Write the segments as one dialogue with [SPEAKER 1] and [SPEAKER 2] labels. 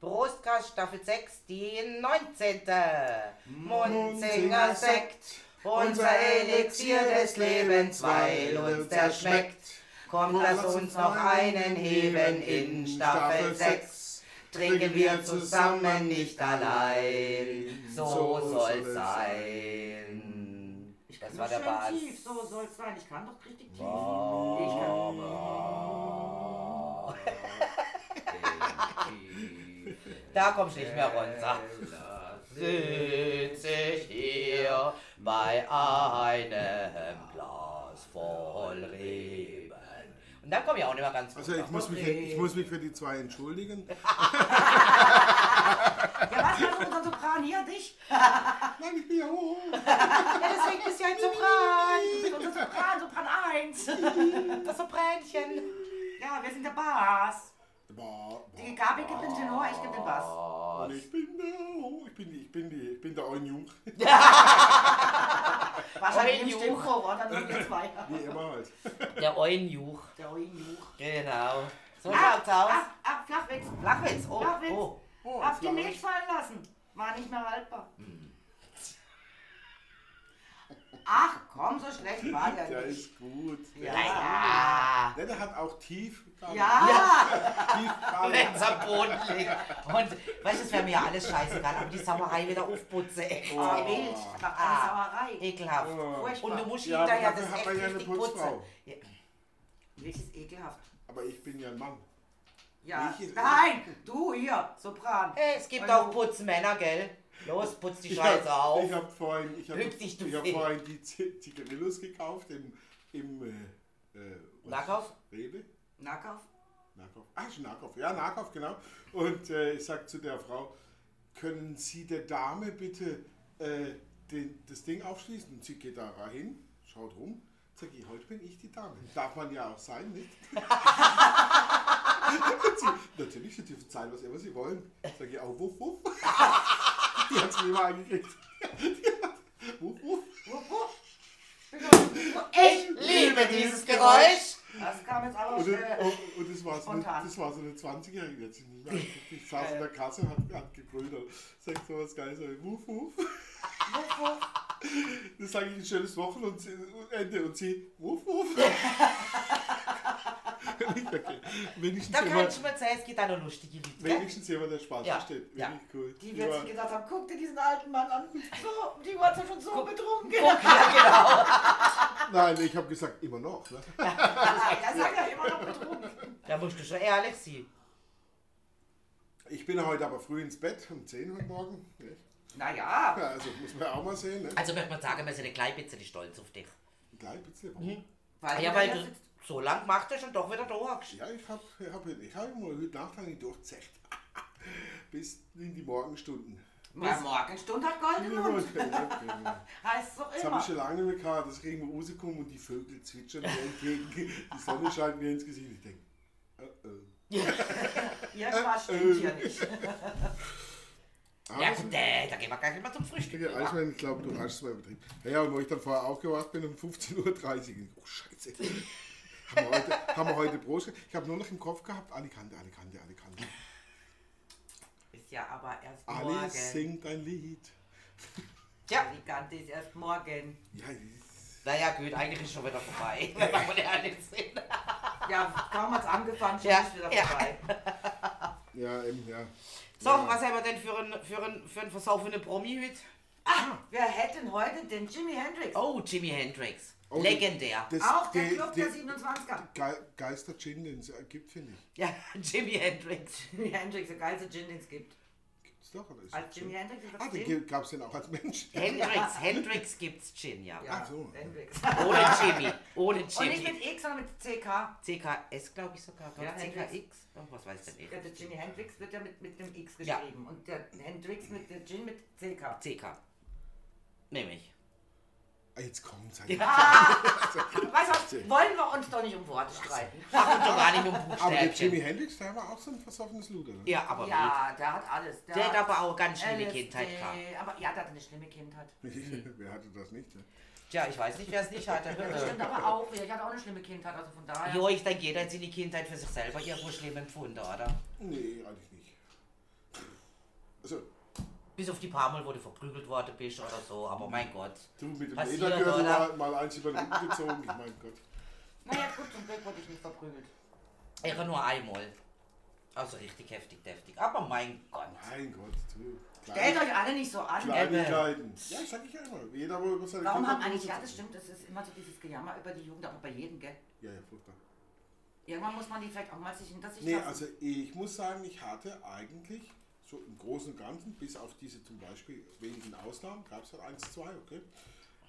[SPEAKER 1] Podcast Staffel 6, die 19. Munzinger Sekt, unser Elixier des Lebens, weil uns der schmeckt. Komm, lass uns noch einen heben in Staffel 6. Trinken wir zusammen, nicht allein. So soll's sein.
[SPEAKER 2] Ich
[SPEAKER 1] Das
[SPEAKER 2] kann
[SPEAKER 1] war
[SPEAKER 2] doch
[SPEAKER 1] der
[SPEAKER 2] schön
[SPEAKER 1] Bass.
[SPEAKER 2] tief, so soll es sein. Ich kann doch richtig tief.
[SPEAKER 1] Da kommst du nicht mehr runter. Sitz ich hier bei einem Glas voll Reben. Und da komme ich auch nicht mehr ganz
[SPEAKER 3] Also
[SPEAKER 1] runter.
[SPEAKER 3] ich muss, mich, ich muss mich für die zwei entschuldigen.
[SPEAKER 2] Ja, was war unser Sopran hier? Dich?
[SPEAKER 3] Nein, ich bin ja hoch.
[SPEAKER 2] Ja, deswegen bist du ja ein Sopran. Du bist unser Sopran, Sopran 1.
[SPEAKER 1] das Sopränchen.
[SPEAKER 2] Ja, wir sind der Bass.
[SPEAKER 3] Boah, boah.
[SPEAKER 2] Die Gabi gibt den Tenor, ich gebe den Bass.
[SPEAKER 3] Und ich bin der hoch. Ich bin, die- ich bin, die, ich bin der Onjung.
[SPEAKER 2] Wahrscheinlich
[SPEAKER 1] Oh,
[SPEAKER 2] im
[SPEAKER 1] Juch.
[SPEAKER 2] Stimmchor, dann sind wir zwei.
[SPEAKER 3] Wie immer halt.
[SPEAKER 1] Der Eulenjuch.
[SPEAKER 2] Der Oinjuch.
[SPEAKER 1] Genau. So
[SPEAKER 2] Ab,
[SPEAKER 1] schaut's aus.
[SPEAKER 2] ab, ab, ah, Flachwitz.
[SPEAKER 1] Flachwitz. Oh,
[SPEAKER 2] Flachwitz.
[SPEAKER 1] oh.
[SPEAKER 3] Oh,
[SPEAKER 2] Hab die
[SPEAKER 3] Fleisch.
[SPEAKER 2] Milch fallen lassen. War nicht mehr haltbar.
[SPEAKER 1] Hm.
[SPEAKER 2] Ach komm, so schlecht war der
[SPEAKER 3] Der
[SPEAKER 2] nicht.
[SPEAKER 3] ist gut. Der,
[SPEAKER 2] Ja.
[SPEAKER 3] ist gut.
[SPEAKER 1] Ah.
[SPEAKER 3] Ja, Ne, der hat auch tief.
[SPEAKER 2] Ja,
[SPEAKER 3] Tief
[SPEAKER 1] Wenn's am Boden liegt. Und weißt du, es wäre mir ja alles scheißegal, aber die Sauerei wieder aufputze. Echt.
[SPEAKER 2] ja. wild.
[SPEAKER 1] Ah.
[SPEAKER 2] Nach ah. Sauerei.
[SPEAKER 1] Ekelhaft.
[SPEAKER 3] Oh.
[SPEAKER 2] Furchtbar.
[SPEAKER 1] Und du musst
[SPEAKER 3] Ja, aber
[SPEAKER 1] hinterher
[SPEAKER 3] dafür
[SPEAKER 1] das
[SPEAKER 3] hat
[SPEAKER 1] echt
[SPEAKER 3] man ja eine
[SPEAKER 1] richtig putzen.
[SPEAKER 3] Putzfrau.
[SPEAKER 1] Ja.
[SPEAKER 2] Milch ist ekelhaft.
[SPEAKER 3] Aber ich bin ja ein Mann.
[SPEAKER 2] Ja.
[SPEAKER 3] Milch ist
[SPEAKER 2] Nein, du hier, Sopran.
[SPEAKER 1] Hey, es gibt
[SPEAKER 2] Hallo.
[SPEAKER 1] auch Putzmänner, gell? Los, putz die
[SPEAKER 3] Ich
[SPEAKER 1] Scheiße
[SPEAKER 3] hab-
[SPEAKER 1] auf.
[SPEAKER 3] Ich habe vorhin, ich hab,
[SPEAKER 1] Bück dich, du
[SPEAKER 3] ich hab
[SPEAKER 1] Fee.
[SPEAKER 3] vorhin die Z- Zigarillos gekauft im, im äh, äh, was?
[SPEAKER 1] Nahkauf?
[SPEAKER 3] Rewe?
[SPEAKER 2] Nackauf.
[SPEAKER 3] Nahkauf. Ah, ist ein Nahkauf. Ja, Nahkauf, genau. Und äh, ich sag zu der Frau, können Sie der Dame bitte äh, den, das Ding aufschließen? Und sie geht da rein, schaut rum. Sag ich, heute bin ich die Dame. Darf man ja auch sein, nicht? Und sie, Natürlich, sie dürfen sein, was immer sie wollen. Sag ich auch, wuff, wuff. Die hat es mir mal eingekriegt. Die hat, wuff, wuff.
[SPEAKER 2] Wupp, wupp. Echt?
[SPEAKER 1] Liebe dieses Geräusch.
[SPEAKER 2] Das kam jetzt aber
[SPEAKER 3] Und, oh,
[SPEAKER 2] schnell.
[SPEAKER 3] und, und das, war so eine,
[SPEAKER 2] Äh, Spontan.
[SPEAKER 3] das war so eine 20-Jährige, die hat sich nicht mehr angeguckt. Ich saß in der Kasse und hat, hat gebrüllt. Und sagt so was Geiles, sag ich, wuff, wuff.
[SPEAKER 2] Wupp, wupp.
[SPEAKER 3] Das sage ich ein schönes Wochenende und sie, Ende und sie, wuff, wuff. Und ich, okay. wenigstens,
[SPEAKER 1] Da kann
[SPEAKER 3] jemand,
[SPEAKER 1] ich mir sagen, es gibt auch noch lustige Leute. Gell?
[SPEAKER 3] wenigstens jemand, der Spaß
[SPEAKER 1] Ja,
[SPEAKER 3] versteht.
[SPEAKER 1] ja.
[SPEAKER 3] Wirklich cool.
[SPEAKER 2] Die wird sich
[SPEAKER 3] Ja.
[SPEAKER 2] gedacht haben, guck dir diesen alten Mann an. So, die war ja schon so betrunken.
[SPEAKER 3] Nein, ich habe gesagt, immer noch. Ne?
[SPEAKER 2] Nein, da sagt er immer noch betrunken.
[SPEAKER 1] Da musst du schon ehrlich sein.
[SPEAKER 3] Ich bin heute aber früh ins Bett, um 10 Uhr morgen. ne?
[SPEAKER 2] Naja,
[SPEAKER 3] Ja, also muss man auch mal sehen. Ne?
[SPEAKER 1] Also möchte man sagen, wir sind ein klein bisschen stolz auf dich.
[SPEAKER 3] Gleich bitte.
[SPEAKER 1] Ah,
[SPEAKER 2] weil,
[SPEAKER 1] ja,
[SPEAKER 2] du
[SPEAKER 1] weil
[SPEAKER 2] da
[SPEAKER 1] du
[SPEAKER 2] sitzt.
[SPEAKER 1] so lang gemacht hast und doch wieder da hockst.
[SPEAKER 3] Ja, ich habe ich hab, ich hab mal heute Nacht lang nicht durchzecht. Bis in die Morgenstunden.
[SPEAKER 2] Wer Morgenstund hat goldenen Hund. Heißt so
[SPEAKER 3] Das habe
[SPEAKER 2] Ah, immer.
[SPEAKER 3] ich schon lange nicht mehr gehabt, dass ich irgendwo rausgekommen und die Vögel zwitschern mir entgegen, die Sonne scheint mir ins Gesicht. Ich denke, oh oh.
[SPEAKER 2] Irgendwas
[SPEAKER 3] Äh,
[SPEAKER 2] stimmt
[SPEAKER 3] äh.
[SPEAKER 2] hier nicht.
[SPEAKER 3] Aber
[SPEAKER 1] Ja
[SPEAKER 3] ah, das-
[SPEAKER 1] gut, äh, da gehen wir gleich mal zum Frühstück.
[SPEAKER 3] also- Ja, also-
[SPEAKER 1] über.
[SPEAKER 3] Eismann, ich glaube, du hast es mal übertrieben. Ja, Ja, und wo ich dann vorher aufgewacht bin um 15.30 Uhr. Oh, Scheiße. haben, wir heute, haben wir heute Brot? ge- Ich habe nur noch im Kopf gehabt, Alicante, Alicante, Alicante.
[SPEAKER 2] Ist ja aber erst
[SPEAKER 3] Ali
[SPEAKER 2] morgen.
[SPEAKER 3] singt ein Lied.
[SPEAKER 1] Ja,
[SPEAKER 2] Elegante ist erst morgen.
[SPEAKER 3] Ja, das-
[SPEAKER 1] naja gut, eigentlich ist schon wieder vorbei. Wenn wir ehrlich sind.
[SPEAKER 2] Ja, kaum hat's angefangen, schon
[SPEAKER 1] Ja,
[SPEAKER 2] ist wieder
[SPEAKER 1] ja.
[SPEAKER 2] vorbei.
[SPEAKER 3] ja eben, ja.
[SPEAKER 1] So,
[SPEAKER 3] ja.
[SPEAKER 1] was haben wir denn für einen für einen, für einen versaufenden Promi heute?
[SPEAKER 2] Wir hätten heute den Jimi Hendrix.
[SPEAKER 1] Oh, Jimi Hendrix.
[SPEAKER 3] Oh,
[SPEAKER 1] Legendär.
[SPEAKER 3] das-
[SPEAKER 2] Auch der
[SPEAKER 3] die-
[SPEAKER 2] Club
[SPEAKER 3] die-
[SPEAKER 2] der 27er.
[SPEAKER 3] Ge Geister Gin, den es gibt, finde ich.
[SPEAKER 1] Ja, Jimi Hendrix.
[SPEAKER 2] Jimi Hendrix, der geilste Gin, den es gibt.
[SPEAKER 3] Gibt's doch, oder ist
[SPEAKER 2] Als
[SPEAKER 3] das Gin?
[SPEAKER 2] Jimi Hendrix ist
[SPEAKER 3] Ah,
[SPEAKER 2] das Gin.
[SPEAKER 3] den gab es denn auch als Mensch.
[SPEAKER 1] Hendrix, Hendrix gibt's Gin, ja.
[SPEAKER 2] Ja,
[SPEAKER 3] Ach so.
[SPEAKER 2] Hendrix.
[SPEAKER 1] Ohne Jimmy, ohne
[SPEAKER 2] Und nicht
[SPEAKER 1] Jimmy.
[SPEAKER 2] mit X, sondern mit CK.
[SPEAKER 1] CKS glaube ich sogar, glaub,
[SPEAKER 2] Ja,
[SPEAKER 1] CKX, oh, was weiß denn ich.
[SPEAKER 2] Ja, der Jimi Hendrix wird ja mit, mit einem X
[SPEAKER 1] Ja.
[SPEAKER 2] geschrieben. Und der Hendrix mit der Gin mit CK.
[SPEAKER 1] CK. Nämlich.
[SPEAKER 3] Ah, Jetzt kommt's. halt.
[SPEAKER 2] Weißt du was? Wollen wir uns doch nicht um Worte streiten.
[SPEAKER 1] Ach, und doch gar nicht mit dem
[SPEAKER 3] Aber der
[SPEAKER 1] Buchstäbchen.
[SPEAKER 3] Jimi Hendrix, der war auch so ein versoffenes Luder. Ne?
[SPEAKER 1] Ja, aber ja.
[SPEAKER 2] Ja, der hat alles.
[SPEAKER 1] Der hat aber auch ganz schlimme
[SPEAKER 2] LSD,
[SPEAKER 1] Kindheit gehabt.
[SPEAKER 2] Aber ja, der hat eine schlimme Kindheit.
[SPEAKER 3] Wer hatte das nicht? Ja?
[SPEAKER 1] Tja, ich weiß nicht, wer es nicht hatte.
[SPEAKER 2] Stimmt aber auch. Ich hatte auch eine schlimme Kindheit, also von daher.
[SPEAKER 1] jo, ich denke, jeder hat seine Kindheit für sich selber irgendwo schlimm empfunden, oder?
[SPEAKER 3] Nee, eigentlich nicht. Also,
[SPEAKER 1] Bis auf die paar Mal, wo du verprügelt worden bist oder so, aber mein Gott.
[SPEAKER 3] Du mit dem
[SPEAKER 1] Passiert, oder?
[SPEAKER 3] Ledergürtel mal, mal eins über den Rücken gezogen, ich mein Gott.
[SPEAKER 2] Naja, gut, zum Glück wurde ich nicht verprügelt.
[SPEAKER 1] Ich war nur einmal. Also richtig heftig, deftig. Aber mein Gott.
[SPEAKER 3] Mein Gott, du.
[SPEAKER 2] Stellt euch alle nicht so an.
[SPEAKER 1] Kleine-
[SPEAKER 3] Kleinigkeiten. Ja, ich sag ich ja immer. Jeder wohl über seine
[SPEAKER 2] Warum
[SPEAKER 3] Kinder
[SPEAKER 2] haben eigentlich,
[SPEAKER 3] Buße
[SPEAKER 2] ja das
[SPEAKER 3] zahlen.
[SPEAKER 2] stimmt, es ist immer so dieses Gejammer über die Jugend, aber bei jedem, gell?
[SPEAKER 3] Ja, ja, furchtbar.
[SPEAKER 2] Irgendwann muss man die vielleicht auch mal sich hinter sich
[SPEAKER 3] Nee,
[SPEAKER 2] lassen.
[SPEAKER 3] also ich muss sagen, ich hatte eigentlich so im Großen und Ganzen, bis auf diese zum Beispiel wenigen Ausnahmen, gab es halt eins, zwei, okay.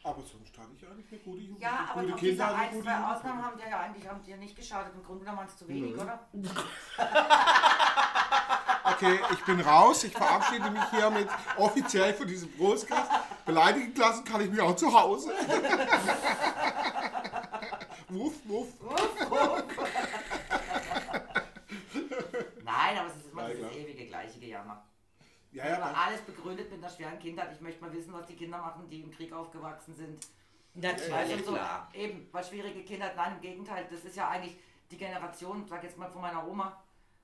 [SPEAKER 3] Aber sonst hatte ich eigentlich eine gute Jugend.
[SPEAKER 2] ja, aber
[SPEAKER 3] gute
[SPEAKER 2] doch diese
[SPEAKER 3] hatte
[SPEAKER 2] ein,
[SPEAKER 3] gute
[SPEAKER 2] zwei
[SPEAKER 3] Jugend.
[SPEAKER 2] Ausnahmen haben dir ja eigentlich haben dir nicht geschadet. Im Grunde genommen waren es zu wenig,
[SPEAKER 3] Nö.
[SPEAKER 2] oder?
[SPEAKER 3] Okay, ich bin raus. Ich verabschiede mich hiermit offiziell von diesem Brustkast. Beleidigen lassen kann ich mich auch zu Hause. wuff, wuff.
[SPEAKER 2] Nein, aber es ist immer
[SPEAKER 3] Nein,
[SPEAKER 2] dieses
[SPEAKER 3] klar.
[SPEAKER 2] ewige gleiche Gejammer.
[SPEAKER 3] Ja, ja,
[SPEAKER 2] aber
[SPEAKER 3] aber
[SPEAKER 2] alles begründet mit einer schweren Kindheit. Ich möchte mal wissen, was die Kinder machen, die im Krieg aufgewachsen sind. Weißt du,
[SPEAKER 1] Natürlich,
[SPEAKER 2] so,
[SPEAKER 1] Äh, klar.
[SPEAKER 2] Eben, weil schwierige Kindheit, nein, im Gegenteil, das ist ja eigentlich die Generation, sag jetzt mal von meiner Oma,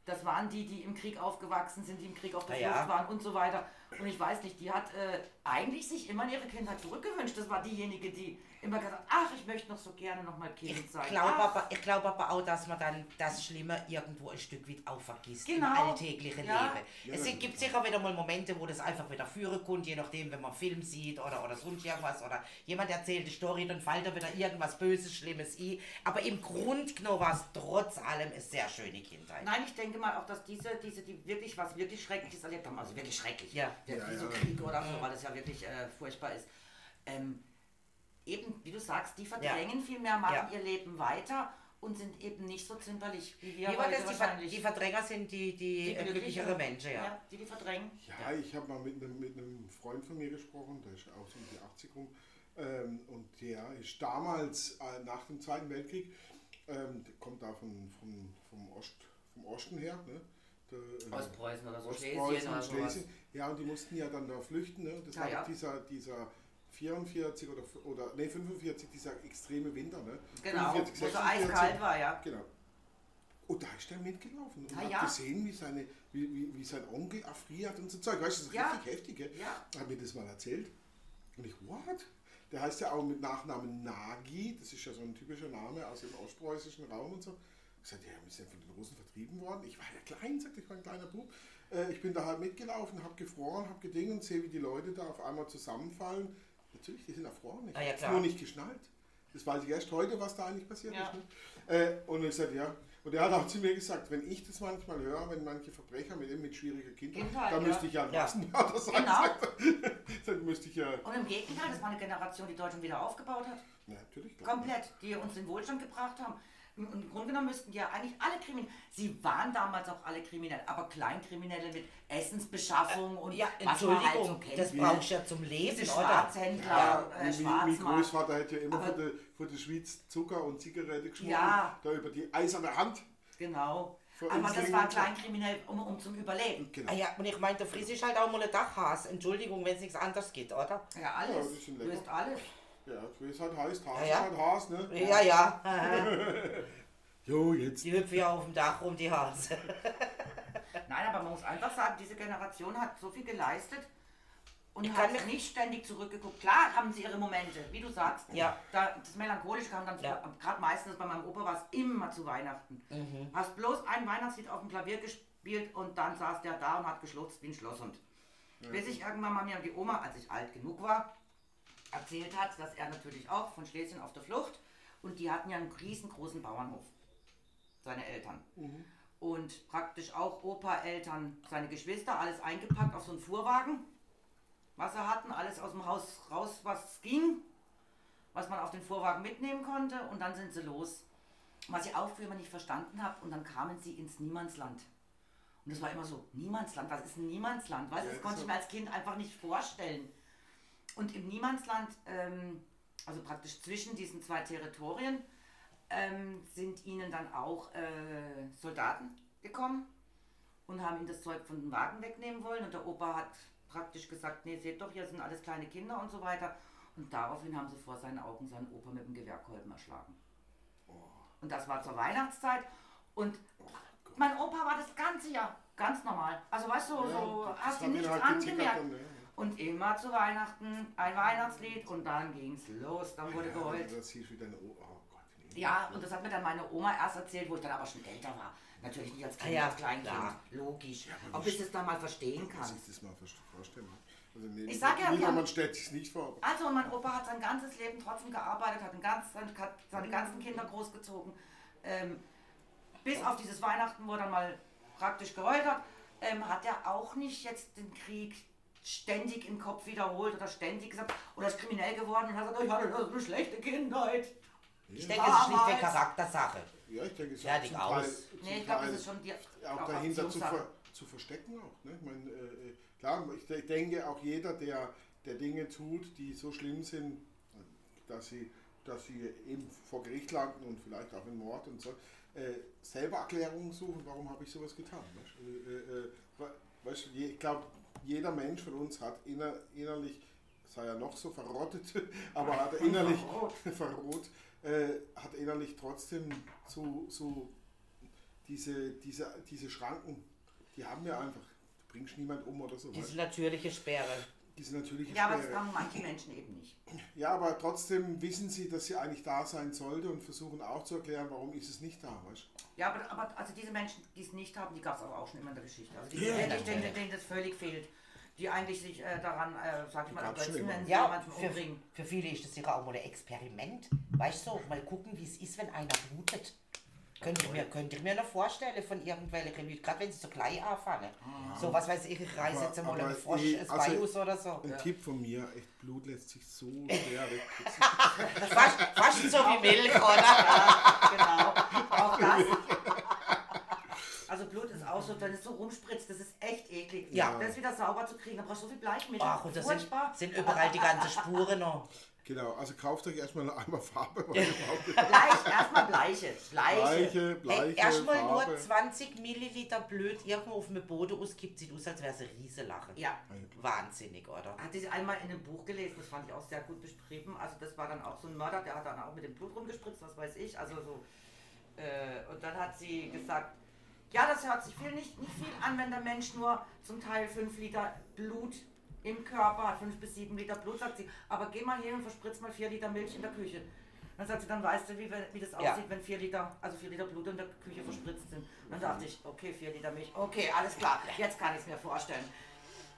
[SPEAKER 2] das waren die, die im Krieg aufgewachsen sind, die im Krieg auf der
[SPEAKER 1] Ja, ja.
[SPEAKER 2] Flucht waren und so weiter. Und ich weiß nicht, die hat äh, eigentlich sich immer in ihre Kindheit zurückgewünscht. Das war diejenige, die immer gesagt hat, ach, ich möchte noch so gerne nochmal Kind
[SPEAKER 1] Ich
[SPEAKER 2] sein.
[SPEAKER 1] glaube
[SPEAKER 2] Ach,
[SPEAKER 1] aber, ich glaub aber auch, dass man dann das Schlimme irgendwo ein Stück weit auch vergisst im
[SPEAKER 2] Genau.
[SPEAKER 1] alltäglichen
[SPEAKER 2] Ja.
[SPEAKER 1] Leben. es gibt sicher wieder mal Momente, wo das einfach wieder führen kommt, je nachdem, wenn man Film sieht oder, oder sonst irgendwas oder jemand erzählt eine Story, dann fällt da wieder irgendwas Böses, Schlimmes ein. Aber im Grund genommen war es trotz allem eine sehr schöne Kindheit.
[SPEAKER 2] Nein, ich denke mal auch, dass diese, diese, die wirklich was wirklich Schreckliches erlebt haben, also wirklich schrecklich,
[SPEAKER 1] Ja.
[SPEAKER 2] der
[SPEAKER 3] Ja,
[SPEAKER 2] wie so
[SPEAKER 3] ja.
[SPEAKER 2] Krieg oder so, weil das ja wirklich äh, furchtbar ist. Ähm, eben, wie du sagst, die verdrängen viel mehr, machen
[SPEAKER 1] Ja.
[SPEAKER 2] ihr Leben weiter und sind eben nicht so zimperlich wie wir
[SPEAKER 1] Wie war
[SPEAKER 2] heute
[SPEAKER 1] das? Die, Ver
[SPEAKER 2] wahrscheinlich.
[SPEAKER 1] die Verdränger sind die, die, äh, glücklicheren Menschen, ja.
[SPEAKER 2] die die verdrängen.
[SPEAKER 3] ja, ich habe mal mit einem, mit einem Freund von mir gesprochen, der ist auch so um die 80 rum. Ähm, und der ist damals äh, nach dem Zweiten Weltkrieg, ähm, der kommt da von, von, vom, Ost, vom Osten her. Ne? Der, äh,
[SPEAKER 2] Ostpreußen oder so, Schlesien
[SPEAKER 3] Ostpreußen
[SPEAKER 2] oder
[SPEAKER 3] und
[SPEAKER 2] sowas.
[SPEAKER 3] Schlesien. Ja, und die mussten ja dann da flüchten. Ne? Und das
[SPEAKER 2] Ja,
[SPEAKER 3] war
[SPEAKER 2] ja.
[SPEAKER 3] doch dieser, dieser 44 oder, oder nee, 45, dieser extreme Winter. Ne?
[SPEAKER 2] Genau,
[SPEAKER 3] 45,
[SPEAKER 2] wo so
[SPEAKER 3] 46.
[SPEAKER 2] eiskalt war, ja.
[SPEAKER 3] Genau. Und da ist er mitgelaufen und
[SPEAKER 2] Ah,
[SPEAKER 3] hat
[SPEAKER 2] ja.
[SPEAKER 3] gesehen, wie, seine, wie, wie, wie sein Onkel erfriert und so Zeug. Weißt du, das ist
[SPEAKER 2] Ja.
[SPEAKER 3] richtig heftig, gell?
[SPEAKER 2] Ja.
[SPEAKER 3] Hat mir das mal erzählt. Und ich, what? Der heißt ja auch mit Nachnamen Nagi, das ist ja so ein typischer Name aus dem ostpreußischen Raum und so. Ich sagte, ja, wir sind von den Russen vertrieben worden. Ich war ja klein, sagte ich, war ein kleiner Bub. Äh, Ich bin da halt mitgelaufen, habe gefroren, habe gedingt und sehe, wie die Leute da auf einmal zusammenfallen. Natürlich, die sind erfroren. Ich
[SPEAKER 1] Ah, ja,
[SPEAKER 3] hab's
[SPEAKER 1] klar.
[SPEAKER 3] nur nicht geschnallt. Das weiß ich erst heute, was da eigentlich passiert
[SPEAKER 2] Ja.
[SPEAKER 3] ist. Ne? Äh, und ich sagte, ja. Und er hat auch zu mir gesagt, wenn ich das manchmal höre, wenn manche Verbrecher mit, mit schwieriger Kindheit,
[SPEAKER 2] Kindheit,
[SPEAKER 3] da
[SPEAKER 2] ja.
[SPEAKER 3] müsste ich ja ein
[SPEAKER 1] Ja.
[SPEAKER 3] Massenmörder sein.
[SPEAKER 2] Genau.
[SPEAKER 3] sagt er. Dann müsste ich ja.
[SPEAKER 2] Und im Gegenteil, das war eine Generation, die Deutschland wieder aufgebaut hat.
[SPEAKER 3] Na, natürlich. doch.
[SPEAKER 2] Komplett, die uns den Wohlstand gebracht haben. Im im Grunde genommen müssten die ja eigentlich alle kriminell. Sie waren damals auch alle kriminell, aber Kleinkriminelle mit Essensbeschaffung und
[SPEAKER 1] Ja,
[SPEAKER 2] was man halt so
[SPEAKER 1] Entschuldigung,
[SPEAKER 2] kennt.
[SPEAKER 1] das
[SPEAKER 2] ne?
[SPEAKER 1] brauchst du ja zum Leben,
[SPEAKER 2] Diese
[SPEAKER 1] oder?
[SPEAKER 2] Schwarzhändler,
[SPEAKER 3] Ja,
[SPEAKER 2] äh,
[SPEAKER 3] wie- mein
[SPEAKER 2] Schwarzmarkt.
[SPEAKER 3] Großvater hätte ja immer
[SPEAKER 2] Aber-
[SPEAKER 3] für die, für die Schweiz Zucker und Zigarette geschmort.
[SPEAKER 2] Ja.
[SPEAKER 3] Da über die eiserne Hand.
[SPEAKER 2] Genau.
[SPEAKER 3] Vor
[SPEAKER 2] Aber
[SPEAKER 3] uns
[SPEAKER 2] das
[SPEAKER 3] liegen-
[SPEAKER 2] war kleinkriminell, um, um zum Überleben.
[SPEAKER 3] Genau.
[SPEAKER 1] Ah ja, und ich meine, der Fries ist halt auch mal ein Dachhas. Entschuldigung, wenn es nichts anderes gibt, oder?
[SPEAKER 2] Ja,
[SPEAKER 3] Ja,
[SPEAKER 2] alles.
[SPEAKER 3] das ist schon
[SPEAKER 2] du
[SPEAKER 3] lecker.
[SPEAKER 2] isst alles.
[SPEAKER 3] Ja, Chris hat heiß, Haas
[SPEAKER 2] Ah,
[SPEAKER 1] Ja, ja.
[SPEAKER 3] hat Haas, ne?
[SPEAKER 1] Ja, ja.
[SPEAKER 3] Jo, jetzt.
[SPEAKER 1] Die hüpfen ja auf dem Dach rum, die Hase.
[SPEAKER 2] Nein, aber man muss einfach sagen, diese Generation hat so viel geleistet und
[SPEAKER 1] Ich
[SPEAKER 2] hat
[SPEAKER 1] kann mich-
[SPEAKER 2] nicht ständig zurückgeguckt. Klar haben sie ihre Momente, wie du sagst.
[SPEAKER 1] Ja.
[SPEAKER 2] Da, das Melancholische kam dann,
[SPEAKER 1] Ja.
[SPEAKER 2] gerade meistens bei meinem Opa war es immer zu Weihnachten.
[SPEAKER 1] Mhm.
[SPEAKER 2] Hast bloß ein Weihnachtslied auf dem Klavier gespielt und dann saß der da und hat geschlurzt wie ein Schlosshund. Bis ich irgendwann mal mir die Oma, als ich alt genug war, erzählt hat, dass er natürlich auch von Schlesien auf der Flucht und die hatten ja einen riesengroßen Bauernhof, seine Eltern.
[SPEAKER 1] Mhm.
[SPEAKER 2] Und praktisch auch Opa, Eltern, seine Geschwister, alles eingepackt auf so einen Fuhrwagen, was er hatten, alles aus dem Haus raus, was ging, was man auf den Fuhrwagen mitnehmen konnte und dann sind sie los. Was ich auch früher nicht verstanden habe und dann kamen sie ins Niemandsland. Und das war immer so, Niemandsland, was ist ein Niemandsland? Weißt du,
[SPEAKER 3] Ja,
[SPEAKER 2] das konnte
[SPEAKER 3] so-
[SPEAKER 2] ich mir als Kind einfach nicht vorstellen. Und im Niemandsland, ähm, also praktisch zwischen diesen zwei Territorien, ähm, sind ihnen dann auch äh, Soldaten gekommen und haben ihnen das Zeug von dem Wagen wegnehmen wollen. Und der Opa hat praktisch gesagt, nee, seht doch, hier sind alles kleine Kinder und so weiter. Und daraufhin haben sie vor seinen Augen seinen Opa mit dem Gewehrkolben erschlagen. Und das war zur Weihnachtszeit. Und mein Opa war das ganze Jahr ganz normal. Also weißt du, so
[SPEAKER 3] das
[SPEAKER 2] hast du
[SPEAKER 3] haben wir
[SPEAKER 2] nichts
[SPEAKER 3] halt getickert
[SPEAKER 2] angemerkt.
[SPEAKER 3] dann, ja.
[SPEAKER 2] Und immer zu Weihnachten ein Weihnachtslied und dann ging's los, dann wurde geheult.
[SPEAKER 3] Das hieß wieder eine oh, oh Gott. nee.
[SPEAKER 2] Ja, und das hat mir dann meine Oma erst erzählt, wo ich dann aber schon älter war. Natürlich nicht als Kind,
[SPEAKER 1] Ah ja,
[SPEAKER 2] als Kleinkind.
[SPEAKER 1] klar.
[SPEAKER 2] Logisch.
[SPEAKER 3] aber
[SPEAKER 2] Ob
[SPEAKER 3] wie
[SPEAKER 2] ich das da mal verstehen
[SPEAKER 3] Kannst
[SPEAKER 2] kann.
[SPEAKER 3] du dir das mal vorstellen? Also, nee,
[SPEAKER 2] Ich sag ja, wir haben-
[SPEAKER 3] man stellt sich nicht vor.
[SPEAKER 2] Also und mein Opa hat sein ganzes Leben trotzdem gearbeitet, hat, ein ganz, sein- hat seine ganzen Kinder großgezogen. Ähm, bis auf dieses Weihnachten, wo er dann mal praktisch geheult hat, ähm, hat er auch nicht jetzt den Krieg ständig im Kopf wiederholt oder ständig gesagt, oder ist kriminell geworden und hat gesagt, oh, ich hatte das eine schlechte Kindheit.
[SPEAKER 1] Ich denke, es ist schlichtweg
[SPEAKER 2] Damals.
[SPEAKER 1] Charaktersache.
[SPEAKER 3] Ja, ich denke, es
[SPEAKER 1] Fertig,
[SPEAKER 3] zum Teil-
[SPEAKER 1] aus.
[SPEAKER 3] zum
[SPEAKER 2] Nee, ich glaube, das
[SPEAKER 3] Teil
[SPEAKER 2] ist schon die
[SPEAKER 3] auch dahinter zu,
[SPEAKER 2] Erziehungssache.
[SPEAKER 3] ver, zu verstecken auch. Ne? Ich meine, äh, äh, klar, ich de- denke auch jeder, der, der Dinge tut, die so schlimm sind, dass sie, dass sie eben vor Gericht landen und vielleicht auch in Mord und so, äh, selber Erklärungen suchen, warum habe ich sowas getan. Weißt? du? Äh, äh, äh, wa- weißt, du, je- ich glaube, jeder Mensch von uns hat inner, innerlich, sei er noch so verrottet, aber hat innerlich verrot, äh, hat innerlich trotzdem so, so diese, diese, diese Schranken, die haben wir einfach. Du bringst niemand um oder so.
[SPEAKER 1] Diese
[SPEAKER 3] Diese,
[SPEAKER 1] natürliche Sperre.
[SPEAKER 3] diese natürliche
[SPEAKER 2] Ja, aber das
[SPEAKER 3] Sperre.
[SPEAKER 2] haben manche Menschen eben nicht.
[SPEAKER 3] ja, aber trotzdem wissen sie, dass sie eigentlich da sein sollte und versuchen auch zu erklären, warum ist es nicht da, weißt du?
[SPEAKER 2] Ja, aber, aber also diese Menschen, die es nicht haben, die gab es aber auch schon immer in der Geschichte. Also die
[SPEAKER 3] Ja,
[SPEAKER 2] wirklich,
[SPEAKER 1] natürlich.
[SPEAKER 2] denen, denen das völlig fehlt. Die eigentlich sich äh, daran, äh, sag ich mal,
[SPEAKER 3] gab's schon
[SPEAKER 2] ergötzen,
[SPEAKER 3] immer.
[SPEAKER 2] wenn sie
[SPEAKER 1] Ja,
[SPEAKER 2] jemanden
[SPEAKER 1] für,
[SPEAKER 2] umbringen.
[SPEAKER 1] für viele ist das sicher auch mal ein Experiment. Weißt du, mal gucken, wie es ist, wenn einer blutet. Könnte ich mir, könnte ich mir noch vorstellen von irgendwelchen Religion, gerade wenn sie so gleich anfangen. So, was weiß ich, ich reiße jetzt mal
[SPEAKER 3] Aber-
[SPEAKER 1] einen Frosch,
[SPEAKER 3] nee,
[SPEAKER 1] ein
[SPEAKER 3] also-
[SPEAKER 1] Bajus oder so.
[SPEAKER 3] Ein Tipp von mir, echt Blut lässt sich so schwer wegputzen.
[SPEAKER 1] Fast, fast so wie Milch, oder?
[SPEAKER 2] Genau, auch das. Also Blut ist auch so, wenn es so rumspritzt, das ist echt eklig.
[SPEAKER 1] Ja.
[SPEAKER 2] Das wieder sauber zu kriegen, da brauchst du so viel Bleichmittel.
[SPEAKER 1] Ach, und da sind,
[SPEAKER 2] Furchtbar.
[SPEAKER 1] sind überall die ganzen Spuren noch.
[SPEAKER 3] Genau, also kauft euch erstmal noch einmal Farbe. weil ihr braucht-
[SPEAKER 2] Bleich, erstmal Bleiche. Bleiche.
[SPEAKER 3] Bleiche,
[SPEAKER 1] Hey,
[SPEAKER 3] Bleiche,
[SPEAKER 1] erstmal nur
[SPEAKER 3] Farbe.
[SPEAKER 1] 20 Milliliter blöd irgendwo auf dem Boden auskippt, sieht aus, als wäre es ein Rieselachen.
[SPEAKER 2] Ja.
[SPEAKER 1] Wahnsinnig, oder?
[SPEAKER 2] Hatte ich einmal in einem Buch gelesen, das fand ich auch sehr gut beschrieben. Also das war dann auch so ein Mörder, der hat dann auch mit dem Blut rumgespritzt, was weiß ich. Also so. Äh, und dann hat sie gesagt, ja, das hört sich viel nicht, nicht viel an, wenn der Mensch nur zum Teil 5 Liter Blut im Körper hat, 5 bis 7 Liter Blut, sagt sie. Aber geh mal hin und verspritz mal 4 Liter Milch in der Küche. Dann sagt sie, dann weißt du, wie, wir- wie das
[SPEAKER 1] Ja.
[SPEAKER 2] aussieht, wenn 4 Liter, also 4 Liter Blut in der Küche verspritzt sind. Dann dachte ich, okay, 4 Liter Milch, okay, alles klar, jetzt kann ich es mir vorstellen.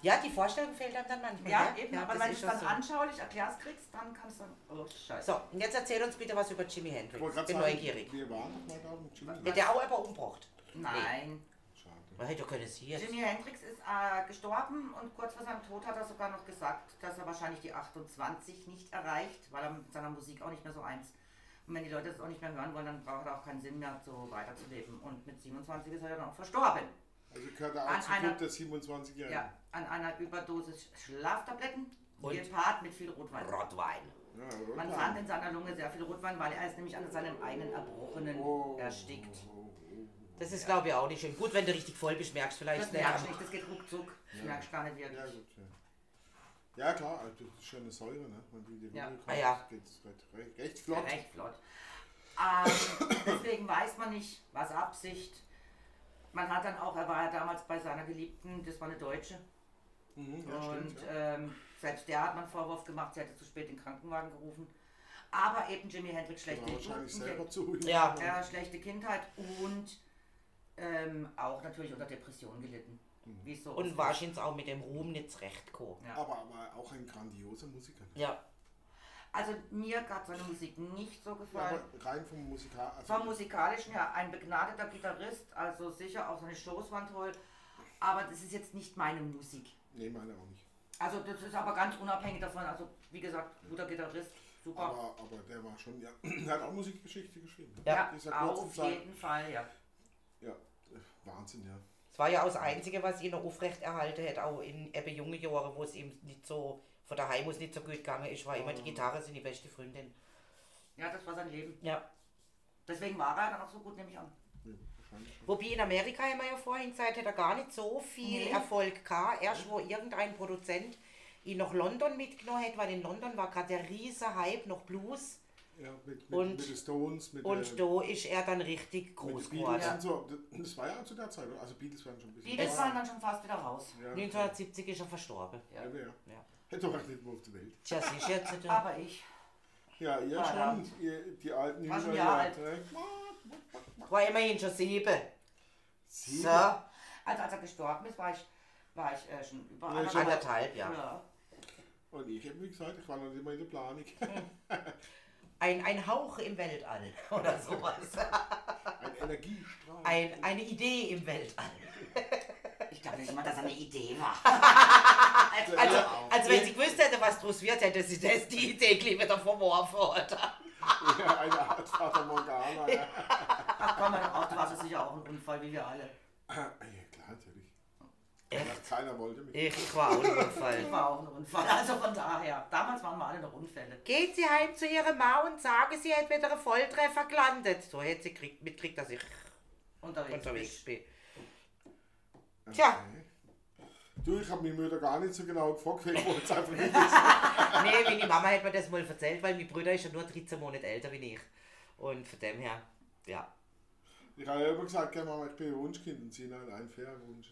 [SPEAKER 1] Ja, die Vorstellung fehlt einem dann manchmal.
[SPEAKER 2] Ja,
[SPEAKER 1] gell?
[SPEAKER 2] eben,
[SPEAKER 1] ja,
[SPEAKER 2] aber
[SPEAKER 1] das
[SPEAKER 2] wenn du
[SPEAKER 1] ist schon
[SPEAKER 2] es dann
[SPEAKER 1] so.
[SPEAKER 2] anschaulich erklärst kriegst, dann kannst du sagen, oh Scheiße.
[SPEAKER 1] So, und jetzt erzähl uns bitte was über Jimi Hendrix.
[SPEAKER 3] Ich wollte gerade
[SPEAKER 1] Bin
[SPEAKER 3] sagen,
[SPEAKER 1] neugierig.
[SPEAKER 3] Wir waren noch mal da mit Jimmy.
[SPEAKER 1] Hätte er auch aber umgebracht.
[SPEAKER 2] Nein.
[SPEAKER 3] Schade.
[SPEAKER 1] Man hätte ja können sie jetzt.
[SPEAKER 2] Jimi Hendrix ist äh, gestorben und kurz vor seinem Tod hat er sogar noch gesagt, dass er wahrscheinlich die 28 nicht erreicht, weil er mit seiner Musik auch nicht mehr so eins. Und wenn die Leute das auch nicht mehr hören wollen, dann braucht er auch keinen Sinn mehr, so weiterzuleben. Und mit 27 ist er dann auch verstorben.
[SPEAKER 3] Also gehört er auch
[SPEAKER 2] An
[SPEAKER 3] zum
[SPEAKER 2] einer-
[SPEAKER 3] Club der 27-Jährigen.
[SPEAKER 2] Ja, an einer Überdosis Schlaftabletten,
[SPEAKER 1] Und?
[SPEAKER 2] gepaart mit viel Rotwein.
[SPEAKER 1] Rotwein.
[SPEAKER 3] Ja, Rotwein.
[SPEAKER 2] Man fand in seiner Lunge sehr viel Rotwein, weil er ist nämlich an seinem eigenen Erbrochenen
[SPEAKER 3] Oh.
[SPEAKER 2] erstickt.
[SPEAKER 1] Das ist, glaube ich, auch nicht schön. Gut, wenn du richtig voll bist, merkst du vielleicht
[SPEAKER 2] Das
[SPEAKER 1] nicht.
[SPEAKER 2] merkst du
[SPEAKER 1] aber-
[SPEAKER 2] nicht, das geht ruckzuck. Das merkst du gar nicht
[SPEAKER 3] Ja,
[SPEAKER 2] wirklich.
[SPEAKER 3] gut, ja. ja klar, also das ist schon eine Säure, ne? Wenn die in die
[SPEAKER 2] Ja.
[SPEAKER 3] Runde kommt,
[SPEAKER 1] Ah, ja.
[SPEAKER 3] geht's recht, recht, recht flott.
[SPEAKER 2] Recht flott. Ähm, deswegen weiß man nicht, was Absicht. Man hat dann auch, er war ja damals bei seiner Geliebten, das war eine Deutsche.
[SPEAKER 3] Mhm, ja,
[SPEAKER 2] und
[SPEAKER 3] stimmt, ja.
[SPEAKER 2] ähm, selbst der hat man einen Vorwurf gemacht, sie hätte zu spät den Krankenwagen gerufen. Aber eben Jimi Hendrix schlechte
[SPEAKER 3] War wahrscheinlich
[SPEAKER 2] Jugend-
[SPEAKER 3] selber zu.
[SPEAKER 1] Ja.
[SPEAKER 2] Mhm. ja, genau. schlechte Kindheit und ähm, auch natürlich unter Depressionen gelitten.
[SPEAKER 3] Mhm.
[SPEAKER 2] Wie es so oft
[SPEAKER 1] Und
[SPEAKER 2] ist.
[SPEAKER 1] wahrscheinlich auch mit dem Ruhm nicht zurechtgekommen.
[SPEAKER 2] Ja.
[SPEAKER 3] Aber, aber auch ein grandioser Musiker. ne?
[SPEAKER 1] Ja.
[SPEAKER 2] Also mir hat seine Musik nicht so
[SPEAKER 3] Ja,
[SPEAKER 2] gefallen.
[SPEAKER 3] aber rein vom Musikal. Also,
[SPEAKER 2] Vom musikalischen her ein begnadeter Gitarrist, also sicher auch seine Shows waren toll, aber das ist jetzt nicht meine Musik.
[SPEAKER 3] nee, meine auch nicht.
[SPEAKER 2] Also das ist aber ganz unabhängig davon. Also wie gesagt, guter Gitarrist, super.
[SPEAKER 3] Aber, aber der war schon, ja, er hat auch Musikgeschichte geschrieben. ne?
[SPEAKER 2] Ja,
[SPEAKER 3] In dieser kurzen
[SPEAKER 2] auf
[SPEAKER 3] Zeit.
[SPEAKER 2] jeden Fall, ja.
[SPEAKER 3] Ja, äh, Wahnsinn, ja.
[SPEAKER 1] Es war ja auch das Einzige, was ihn noch aufrechterhalten hat, auch in eben jungen Jahren, wo es ihm nicht so, von daheim aus nicht so gut gegangen ist, war immer die Gitarre seine beste Freundin.
[SPEAKER 2] Ja, das war sein Leben.
[SPEAKER 1] Ja.
[SPEAKER 2] Deswegen war er dann auch so gut, nehme ich an.
[SPEAKER 3] ja wahrscheinlich schon.
[SPEAKER 1] Wobei in Amerika haben wir ja vorhin gesagt, hat er gar nicht so viel
[SPEAKER 2] Nee.
[SPEAKER 1] Erfolg gehabt. Erst wo irgendein Produzent ihn nach London mitgenommen hat, weil in London war gerade der riese Hype noch Blues.
[SPEAKER 3] Ja, mit, mit,
[SPEAKER 1] Und-
[SPEAKER 3] mit den Stones, mit
[SPEAKER 1] Und
[SPEAKER 3] der,
[SPEAKER 1] da ist er dann richtig
[SPEAKER 3] mit
[SPEAKER 1] groß
[SPEAKER 3] den Beatles
[SPEAKER 1] geworden.
[SPEAKER 3] und so. Das war ja auch zu der Zeit, oder? Also Beatles waren schon ein bisschen.
[SPEAKER 2] Beatles waren dann schon fast wieder raus.
[SPEAKER 3] Ja,
[SPEAKER 1] 1970 ist er verstorben.
[SPEAKER 3] ja, ja.
[SPEAKER 1] Ja.
[SPEAKER 3] Hätte doch auch nicht mehr auf der Welt.
[SPEAKER 1] Tja, siehst du jetzt äh, nicht.
[SPEAKER 2] Aber ich.
[SPEAKER 3] Ja, ihr
[SPEAKER 2] Verdammt.
[SPEAKER 3] schon, ihr, die alten
[SPEAKER 2] Was ein
[SPEAKER 3] Jünger,
[SPEAKER 2] Jahr
[SPEAKER 3] ja,
[SPEAKER 2] alt.
[SPEAKER 3] direkt.
[SPEAKER 1] War immerhin schon sieben.
[SPEAKER 3] Sieben.
[SPEAKER 1] So,
[SPEAKER 2] Also als er gestorben ist, war ich, war ich äh, schon über
[SPEAKER 3] Ja,
[SPEAKER 2] anderthalb-
[SPEAKER 3] schon
[SPEAKER 1] anderthalb, ja.
[SPEAKER 2] Ja.
[SPEAKER 3] Und ich habe, wie gesagt, ich war noch nicht mal in der Planung.
[SPEAKER 1] Ein, ein Hauch im Weltall oder sowas.
[SPEAKER 3] Ein Energiestrahl.
[SPEAKER 1] Ein, eine Idee im Weltall.
[SPEAKER 2] Ich glaube nicht mal, dass er eine Idee war.
[SPEAKER 1] Also,
[SPEAKER 3] Ja,
[SPEAKER 1] also wenn sie gewusst hätte, was draus wird, hätte sie das die Idee gleich wieder verworfen, oder?
[SPEAKER 3] ja, eine Art Fata Morgana. Ja.
[SPEAKER 2] Ach komm, mein Auto war sicher auch ein Unfall, wie wir alle.
[SPEAKER 3] ja, klar, natürlich. Ja, keiner wollte mich.
[SPEAKER 1] Ich, ich war auch im
[SPEAKER 2] Ich
[SPEAKER 1] Unfall.
[SPEAKER 2] war auch ein Unfall. Also von daher. Damals waren wir alle noch Unfälle.
[SPEAKER 1] Geht sie heim zu ihrer Ma und sage, sie hätte wieder einen Volltreffer gelandet. So hätte sie kriegt, mitkriegt, dass ich
[SPEAKER 2] Unterwegs.
[SPEAKER 1] unterwegs bin.
[SPEAKER 3] Okay.
[SPEAKER 1] Tja.
[SPEAKER 3] Du, ich habe meine Mutter gar nicht so genau gefragt, ich wollte es einfach nicht wissen.
[SPEAKER 1] Nee, meine Mama hat mir das mal erzählt, weil mein Bruder ist ja nur 13 Monate älter wie ich. Und von dem her, ja.
[SPEAKER 3] Ich habe ja immer gesagt, gell, Mama, ich bin ein Wunschkind und sie nein, ein fairer Wunsch.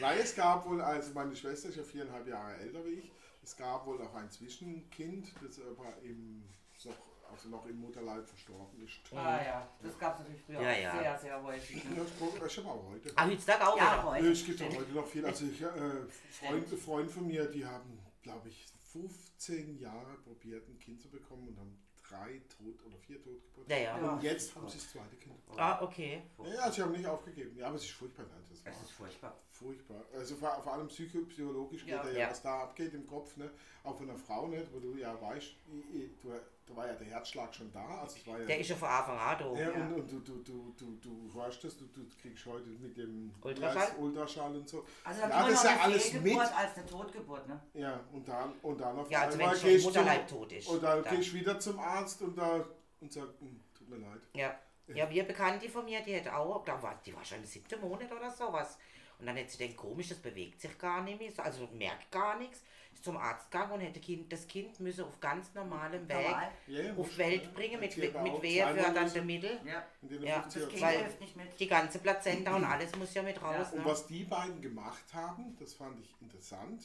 [SPEAKER 3] Nein, es gab wohl, also meine Schwester ist ja viereinhalb Jahre älter wie ich. Es gab wohl auch ein Zwischenkind, das aber im, noch, also noch im Mutterleib verstorben ist.
[SPEAKER 2] Ah ja, das gab es natürlich früher
[SPEAKER 1] Ja,
[SPEAKER 2] auch
[SPEAKER 1] ja.
[SPEAKER 2] sehr, sehr häufig.
[SPEAKER 3] Ja, Das ist aber auch äh, heute.
[SPEAKER 1] Aber Ah, heutzutage auch
[SPEAKER 2] Ja,
[SPEAKER 1] wieder.
[SPEAKER 3] Nö,
[SPEAKER 2] heute.
[SPEAKER 3] es gibt auch heute noch viel. Also ich, äh, Freunde, Freunde von mir, die haben, glaube ich, 15 Jahre probiert, ein Kind zu bekommen und haben drei tot oder vier Totgeburten.
[SPEAKER 1] Ja, ja.
[SPEAKER 3] Und jetzt haben sie das zweite Kind.
[SPEAKER 1] Ah, okay.
[SPEAKER 3] Ja, ja, sie haben nicht aufgegeben. Ja, aber es ist furchtbar. Nein, das
[SPEAKER 2] Es ist
[SPEAKER 3] war
[SPEAKER 2] furchtbar.
[SPEAKER 3] furchtbar. Also vor, vor allem psycho- psychologisch geht
[SPEAKER 2] Ja.
[SPEAKER 3] ja, ja,
[SPEAKER 1] Ja.
[SPEAKER 3] was da abgeht im Kopf. Ne? Auch von einer Frau nicht, wo du ja weißt, i- i- du, da war ja der Herzschlag schon da. Also es war ja...
[SPEAKER 1] Der ist ja von Anfang an da.
[SPEAKER 3] Ja,
[SPEAKER 2] Ja.
[SPEAKER 3] und, und du, du, du, du, du weißt das, du, du kriegst heute mit dem
[SPEAKER 1] Ultraschall?
[SPEAKER 3] Weiß- Ultraschall und so.
[SPEAKER 2] Also da
[SPEAKER 3] ja,
[SPEAKER 2] gibt
[SPEAKER 3] das ist
[SPEAKER 2] es noch
[SPEAKER 3] ja
[SPEAKER 2] eine
[SPEAKER 3] alles mit.
[SPEAKER 2] Fehlgeburt als eine Totgeburt, ne?
[SPEAKER 3] Ja, und dann, und dann auf
[SPEAKER 1] Ja, also wenn schon
[SPEAKER 3] gehst
[SPEAKER 1] Mutterleib
[SPEAKER 3] du-
[SPEAKER 1] tot ist,
[SPEAKER 3] Und dann,
[SPEAKER 1] dann.
[SPEAKER 3] gehst du wieder zum Arzt und, da, und sagst, "Hm, tut mir leid.
[SPEAKER 1] Ja. Ja, wir Bekannte von mir, die hat auch, da war, die war schon im siebten Monat oder sowas. Und dann hat sie gedacht, komisch, das bewegt sich gar nicht mehr, so- also merkt gar nichts. Ist zum Arzt gegangen und hätte kind, das Kind müsse auf ganz normalem Weg
[SPEAKER 2] Normal.
[SPEAKER 3] Ja, ja,
[SPEAKER 1] auf
[SPEAKER 3] muss-
[SPEAKER 1] die Welt bringen, mit,
[SPEAKER 3] Erzähl
[SPEAKER 1] mit,
[SPEAKER 3] aber auch
[SPEAKER 1] mit
[SPEAKER 3] zweimal
[SPEAKER 1] wehrfördernden
[SPEAKER 3] müssen.
[SPEAKER 1] Mitteln.
[SPEAKER 2] Ja.
[SPEAKER 3] In den
[SPEAKER 1] Ja,
[SPEAKER 3] 50er
[SPEAKER 2] Das Kind
[SPEAKER 1] Weil-
[SPEAKER 2] hilft nicht mit.
[SPEAKER 1] Die ganze Plazenta und alles muss ja mit raus.
[SPEAKER 2] Ja.
[SPEAKER 1] ne?
[SPEAKER 3] Und was die beiden gemacht haben, das fand ich interessant.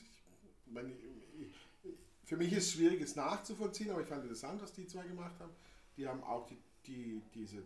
[SPEAKER 3] Ich meine, ich- für mich ist es schwierig, es nachzuvollziehen, aber ich fand interessant, was die zwei gemacht haben. Die haben auch die, die, diese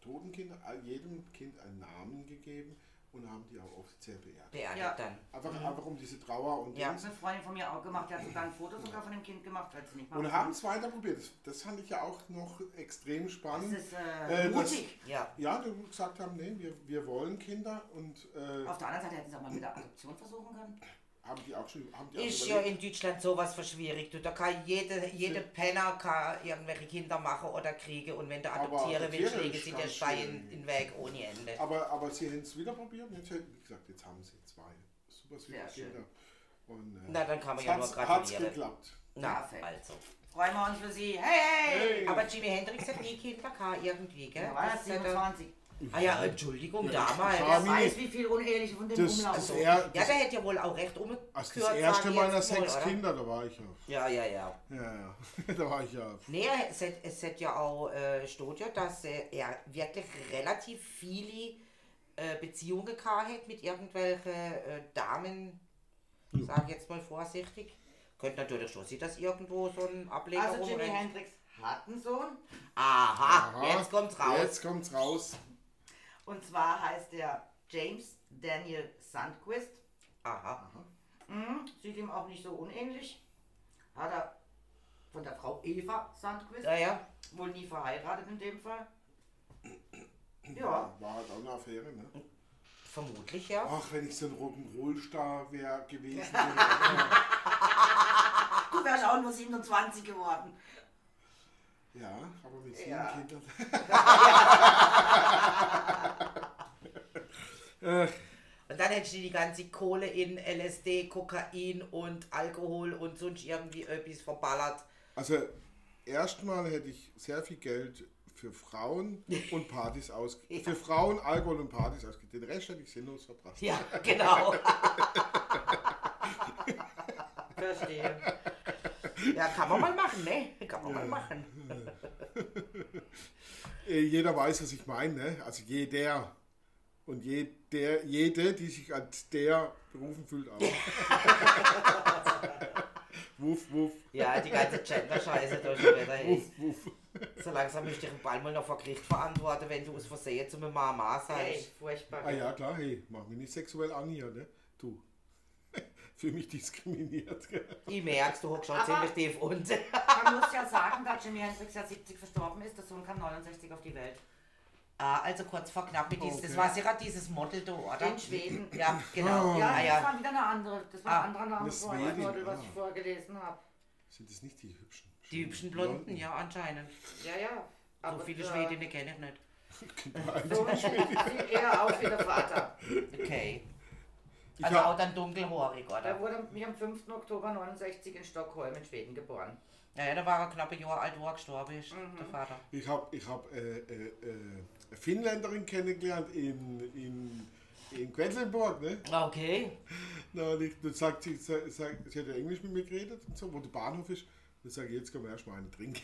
[SPEAKER 3] toten Kinder, all- jedem Kind einen Namen gegeben und haben die auch offiziell beerdigt.
[SPEAKER 1] Beerdigt
[SPEAKER 2] Ja.
[SPEAKER 1] dann.
[SPEAKER 3] Einfach, einfach um diese Trauer und
[SPEAKER 1] Ja.
[SPEAKER 2] Das
[SPEAKER 3] Dings.
[SPEAKER 2] hat eine Freundin von mir auch gemacht, die hat sogar ein Foto sogar von dem Kind gemacht, weil sie nicht
[SPEAKER 3] Und
[SPEAKER 2] machen
[SPEAKER 3] haben es weiter probiert. Das, das fand ich ja auch noch extrem spannend.
[SPEAKER 2] Das ist, äh,
[SPEAKER 3] dass-
[SPEAKER 2] mutig.
[SPEAKER 1] Ja.
[SPEAKER 3] ja, die gesagt haben, nee, wir, wir wollen Kinder und äh,
[SPEAKER 2] Auf der anderen Seite hätten sie auch mal mit der Adoption versuchen können.
[SPEAKER 3] haben die auch schon. Haben die auch
[SPEAKER 1] Ist ja
[SPEAKER 3] überlegt?
[SPEAKER 1] in Deutschland sowas verschwierig. Du, da kann jede, jede Penner kann irgendwelche Kinder machen oder kriegen. Und wenn du
[SPEAKER 3] Aber
[SPEAKER 1] adoptieren willst,
[SPEAKER 3] adoptieren
[SPEAKER 1] legen
[SPEAKER 3] ist
[SPEAKER 1] sie dir
[SPEAKER 3] ganz
[SPEAKER 1] Stein
[SPEAKER 3] schwierig.
[SPEAKER 1] in den Weg ohne Ende.
[SPEAKER 3] Aber, aber sie hätten es wieder probiert. und Jetzt, hätten- wie gesagt, jetzt haben sie zwei super süße
[SPEAKER 2] Sehr schön.
[SPEAKER 3] Kinder. Und, äh,
[SPEAKER 1] Na, dann kann man
[SPEAKER 3] es
[SPEAKER 1] ja
[SPEAKER 3] hat's-
[SPEAKER 1] nur
[SPEAKER 3] hat's
[SPEAKER 1] gratulieren.
[SPEAKER 3] geklappt.
[SPEAKER 1] Na,
[SPEAKER 2] Perfekt.
[SPEAKER 1] also.
[SPEAKER 2] Freuen wir uns für sie. Hey, hey!
[SPEAKER 3] Hey.
[SPEAKER 1] Aber Jimi Hendrix hat nie Kinder gehabt, irgendwie, gell?
[SPEAKER 2] Da war das
[SPEAKER 1] Das hat er-
[SPEAKER 2] 27.
[SPEAKER 1] ah ja, Entschuldigung, damals.
[SPEAKER 3] Ja,
[SPEAKER 2] Wer
[SPEAKER 1] Ja,
[SPEAKER 3] Mini.
[SPEAKER 2] weiß, wie viel Uneheliche von dem
[SPEAKER 3] Das-
[SPEAKER 2] Umlauf
[SPEAKER 3] das
[SPEAKER 2] so.
[SPEAKER 3] er-
[SPEAKER 1] der
[SPEAKER 3] das-
[SPEAKER 1] hätte ja wohl auch recht umgekehrt.
[SPEAKER 3] Als Also das
[SPEAKER 1] sag ich
[SPEAKER 3] erste
[SPEAKER 1] jetzt
[SPEAKER 3] meiner
[SPEAKER 1] mal,
[SPEAKER 3] sechs
[SPEAKER 1] oder?
[SPEAKER 3] Kinder, da war ich ja.
[SPEAKER 1] Ja, ja, ja.
[SPEAKER 3] Ja, ja. da war ich ja.
[SPEAKER 1] Nee, es hat, es hat ja auch äh, steht ja, dass äh, er wirklich relativ viele äh, Beziehungen gehabt hat mit irgendwelchen äh, Damen. Sag ich jetzt mal vorsichtig. Könnte natürlich schon sein, dass irgendwo so ein Ableger
[SPEAKER 2] Also Jimi
[SPEAKER 1] rumrennt.
[SPEAKER 2] Hendrix hat einen Sohn.
[SPEAKER 1] Aha,
[SPEAKER 3] Aha,
[SPEAKER 1] Ah, jetzt kommt's raus.
[SPEAKER 3] Jetzt kommt's raus.
[SPEAKER 2] Und zwar heißt er James Daniel Sandquist.
[SPEAKER 1] Aha.
[SPEAKER 2] Mhm. Sieht ihm auch nicht so unähnlich. Hat er von der Frau Eva Sandquist.
[SPEAKER 1] Ja, ja.
[SPEAKER 2] Wohl nie verheiratet in dem Fall. Ja.
[SPEAKER 3] War halt auch eine Affäre, ne?
[SPEAKER 1] Vermutlich ja.
[SPEAKER 3] Ach, wenn ich so ein Rock'n'Roll-Star wäre gewesen. wäre.
[SPEAKER 2] Du wärst auch nur 27 geworden.
[SPEAKER 3] ja, aber mit sieben
[SPEAKER 2] Ja.
[SPEAKER 3] Kindern.
[SPEAKER 1] Und dann hättest du die ganze Kohle in LSD, Kokain und Alkohol und sonst irgendwie öppis verballert.
[SPEAKER 3] Also, erstmal hätte ich sehr viel Geld für Frauen und Partys ausgegeben. Für Frauen, Alkohol und Partys ausgegeben. Den Rest hätte ich sinnlos verbracht.
[SPEAKER 1] Ja, genau.
[SPEAKER 2] Verstehe.
[SPEAKER 1] Ja, kann man mal machen, ne? Kann man mal machen.
[SPEAKER 3] Äh, Jeder weiß, was ich meine, ne? Also jeder. Und jeder, jede, die sich als der berufen fühlt, auch. wuff, wuff,
[SPEAKER 1] Ja, die ganze Gender-Scheiße durch die Wetter ist.
[SPEAKER 3] wuff, wuff.
[SPEAKER 1] So langsam müsste ich den Ball mal noch vor Gericht verantworten, wenn du aus Versehen zu meinem Mama
[SPEAKER 2] Ey,
[SPEAKER 1] sagst.
[SPEAKER 2] furchtbar.
[SPEAKER 3] Ah ja, klar, hey, mach mich nicht sexuell an hier, ne? Du. Für mich diskriminiert, gell?
[SPEAKER 1] Ich merk's, du hockst schon ziemlich tief unten.
[SPEAKER 2] Man muss ja sagen, dass Jimi Hendrix ja 70 verstorben ist, der Sohn kam 69 auf die Welt.
[SPEAKER 1] Ah, also kurz vor knapp mit dieses, das
[SPEAKER 3] Okay.
[SPEAKER 1] war sicher dieses Model da, oder?
[SPEAKER 2] In Schweden.
[SPEAKER 1] Ja, genau.
[SPEAKER 3] Oh.
[SPEAKER 2] Ja,
[SPEAKER 1] Ja, ja.
[SPEAKER 2] das war wieder eine andere, das war ein
[SPEAKER 1] Ah,
[SPEAKER 2] anderer Name
[SPEAKER 3] eine
[SPEAKER 2] für ein
[SPEAKER 3] Schwedin,
[SPEAKER 2] Model, was
[SPEAKER 3] ah.
[SPEAKER 1] genau.
[SPEAKER 2] ich vorher gelesen habe.
[SPEAKER 3] Sind das nicht die hübschen?
[SPEAKER 1] Die hübschen Blonden, ja, anscheinend.
[SPEAKER 2] Ja, ja.
[SPEAKER 1] So viele
[SPEAKER 2] der-
[SPEAKER 1] Schwedinnen kenne ich nicht.
[SPEAKER 2] So
[SPEAKER 3] Genau,
[SPEAKER 2] sieht er aus wie der Vater.
[SPEAKER 1] Okay.
[SPEAKER 3] Ich
[SPEAKER 1] Also
[SPEAKER 3] hab-
[SPEAKER 1] auch dann dunkelhaarig,
[SPEAKER 2] Er
[SPEAKER 1] oder?
[SPEAKER 2] wurde am- mir am 5. Oktober 69 in Stockholm in Schweden geboren.
[SPEAKER 1] Ja, ja, da war er knappe Jahr alt, wo er gestorben ist, der Vater.
[SPEAKER 3] Ich habe ich hab, äh, äh, äh, eine Finnländerin kennengelernt in, in, in Quedlinburg. Ne?
[SPEAKER 1] Okay.
[SPEAKER 3] Na, und ich, dann sagt sie, sa- sagt, sie hat ja Englisch mit mir geredet und so, wo der Bahnhof ist. Dann sage ich, jetzt können wir erstmal einen trinken.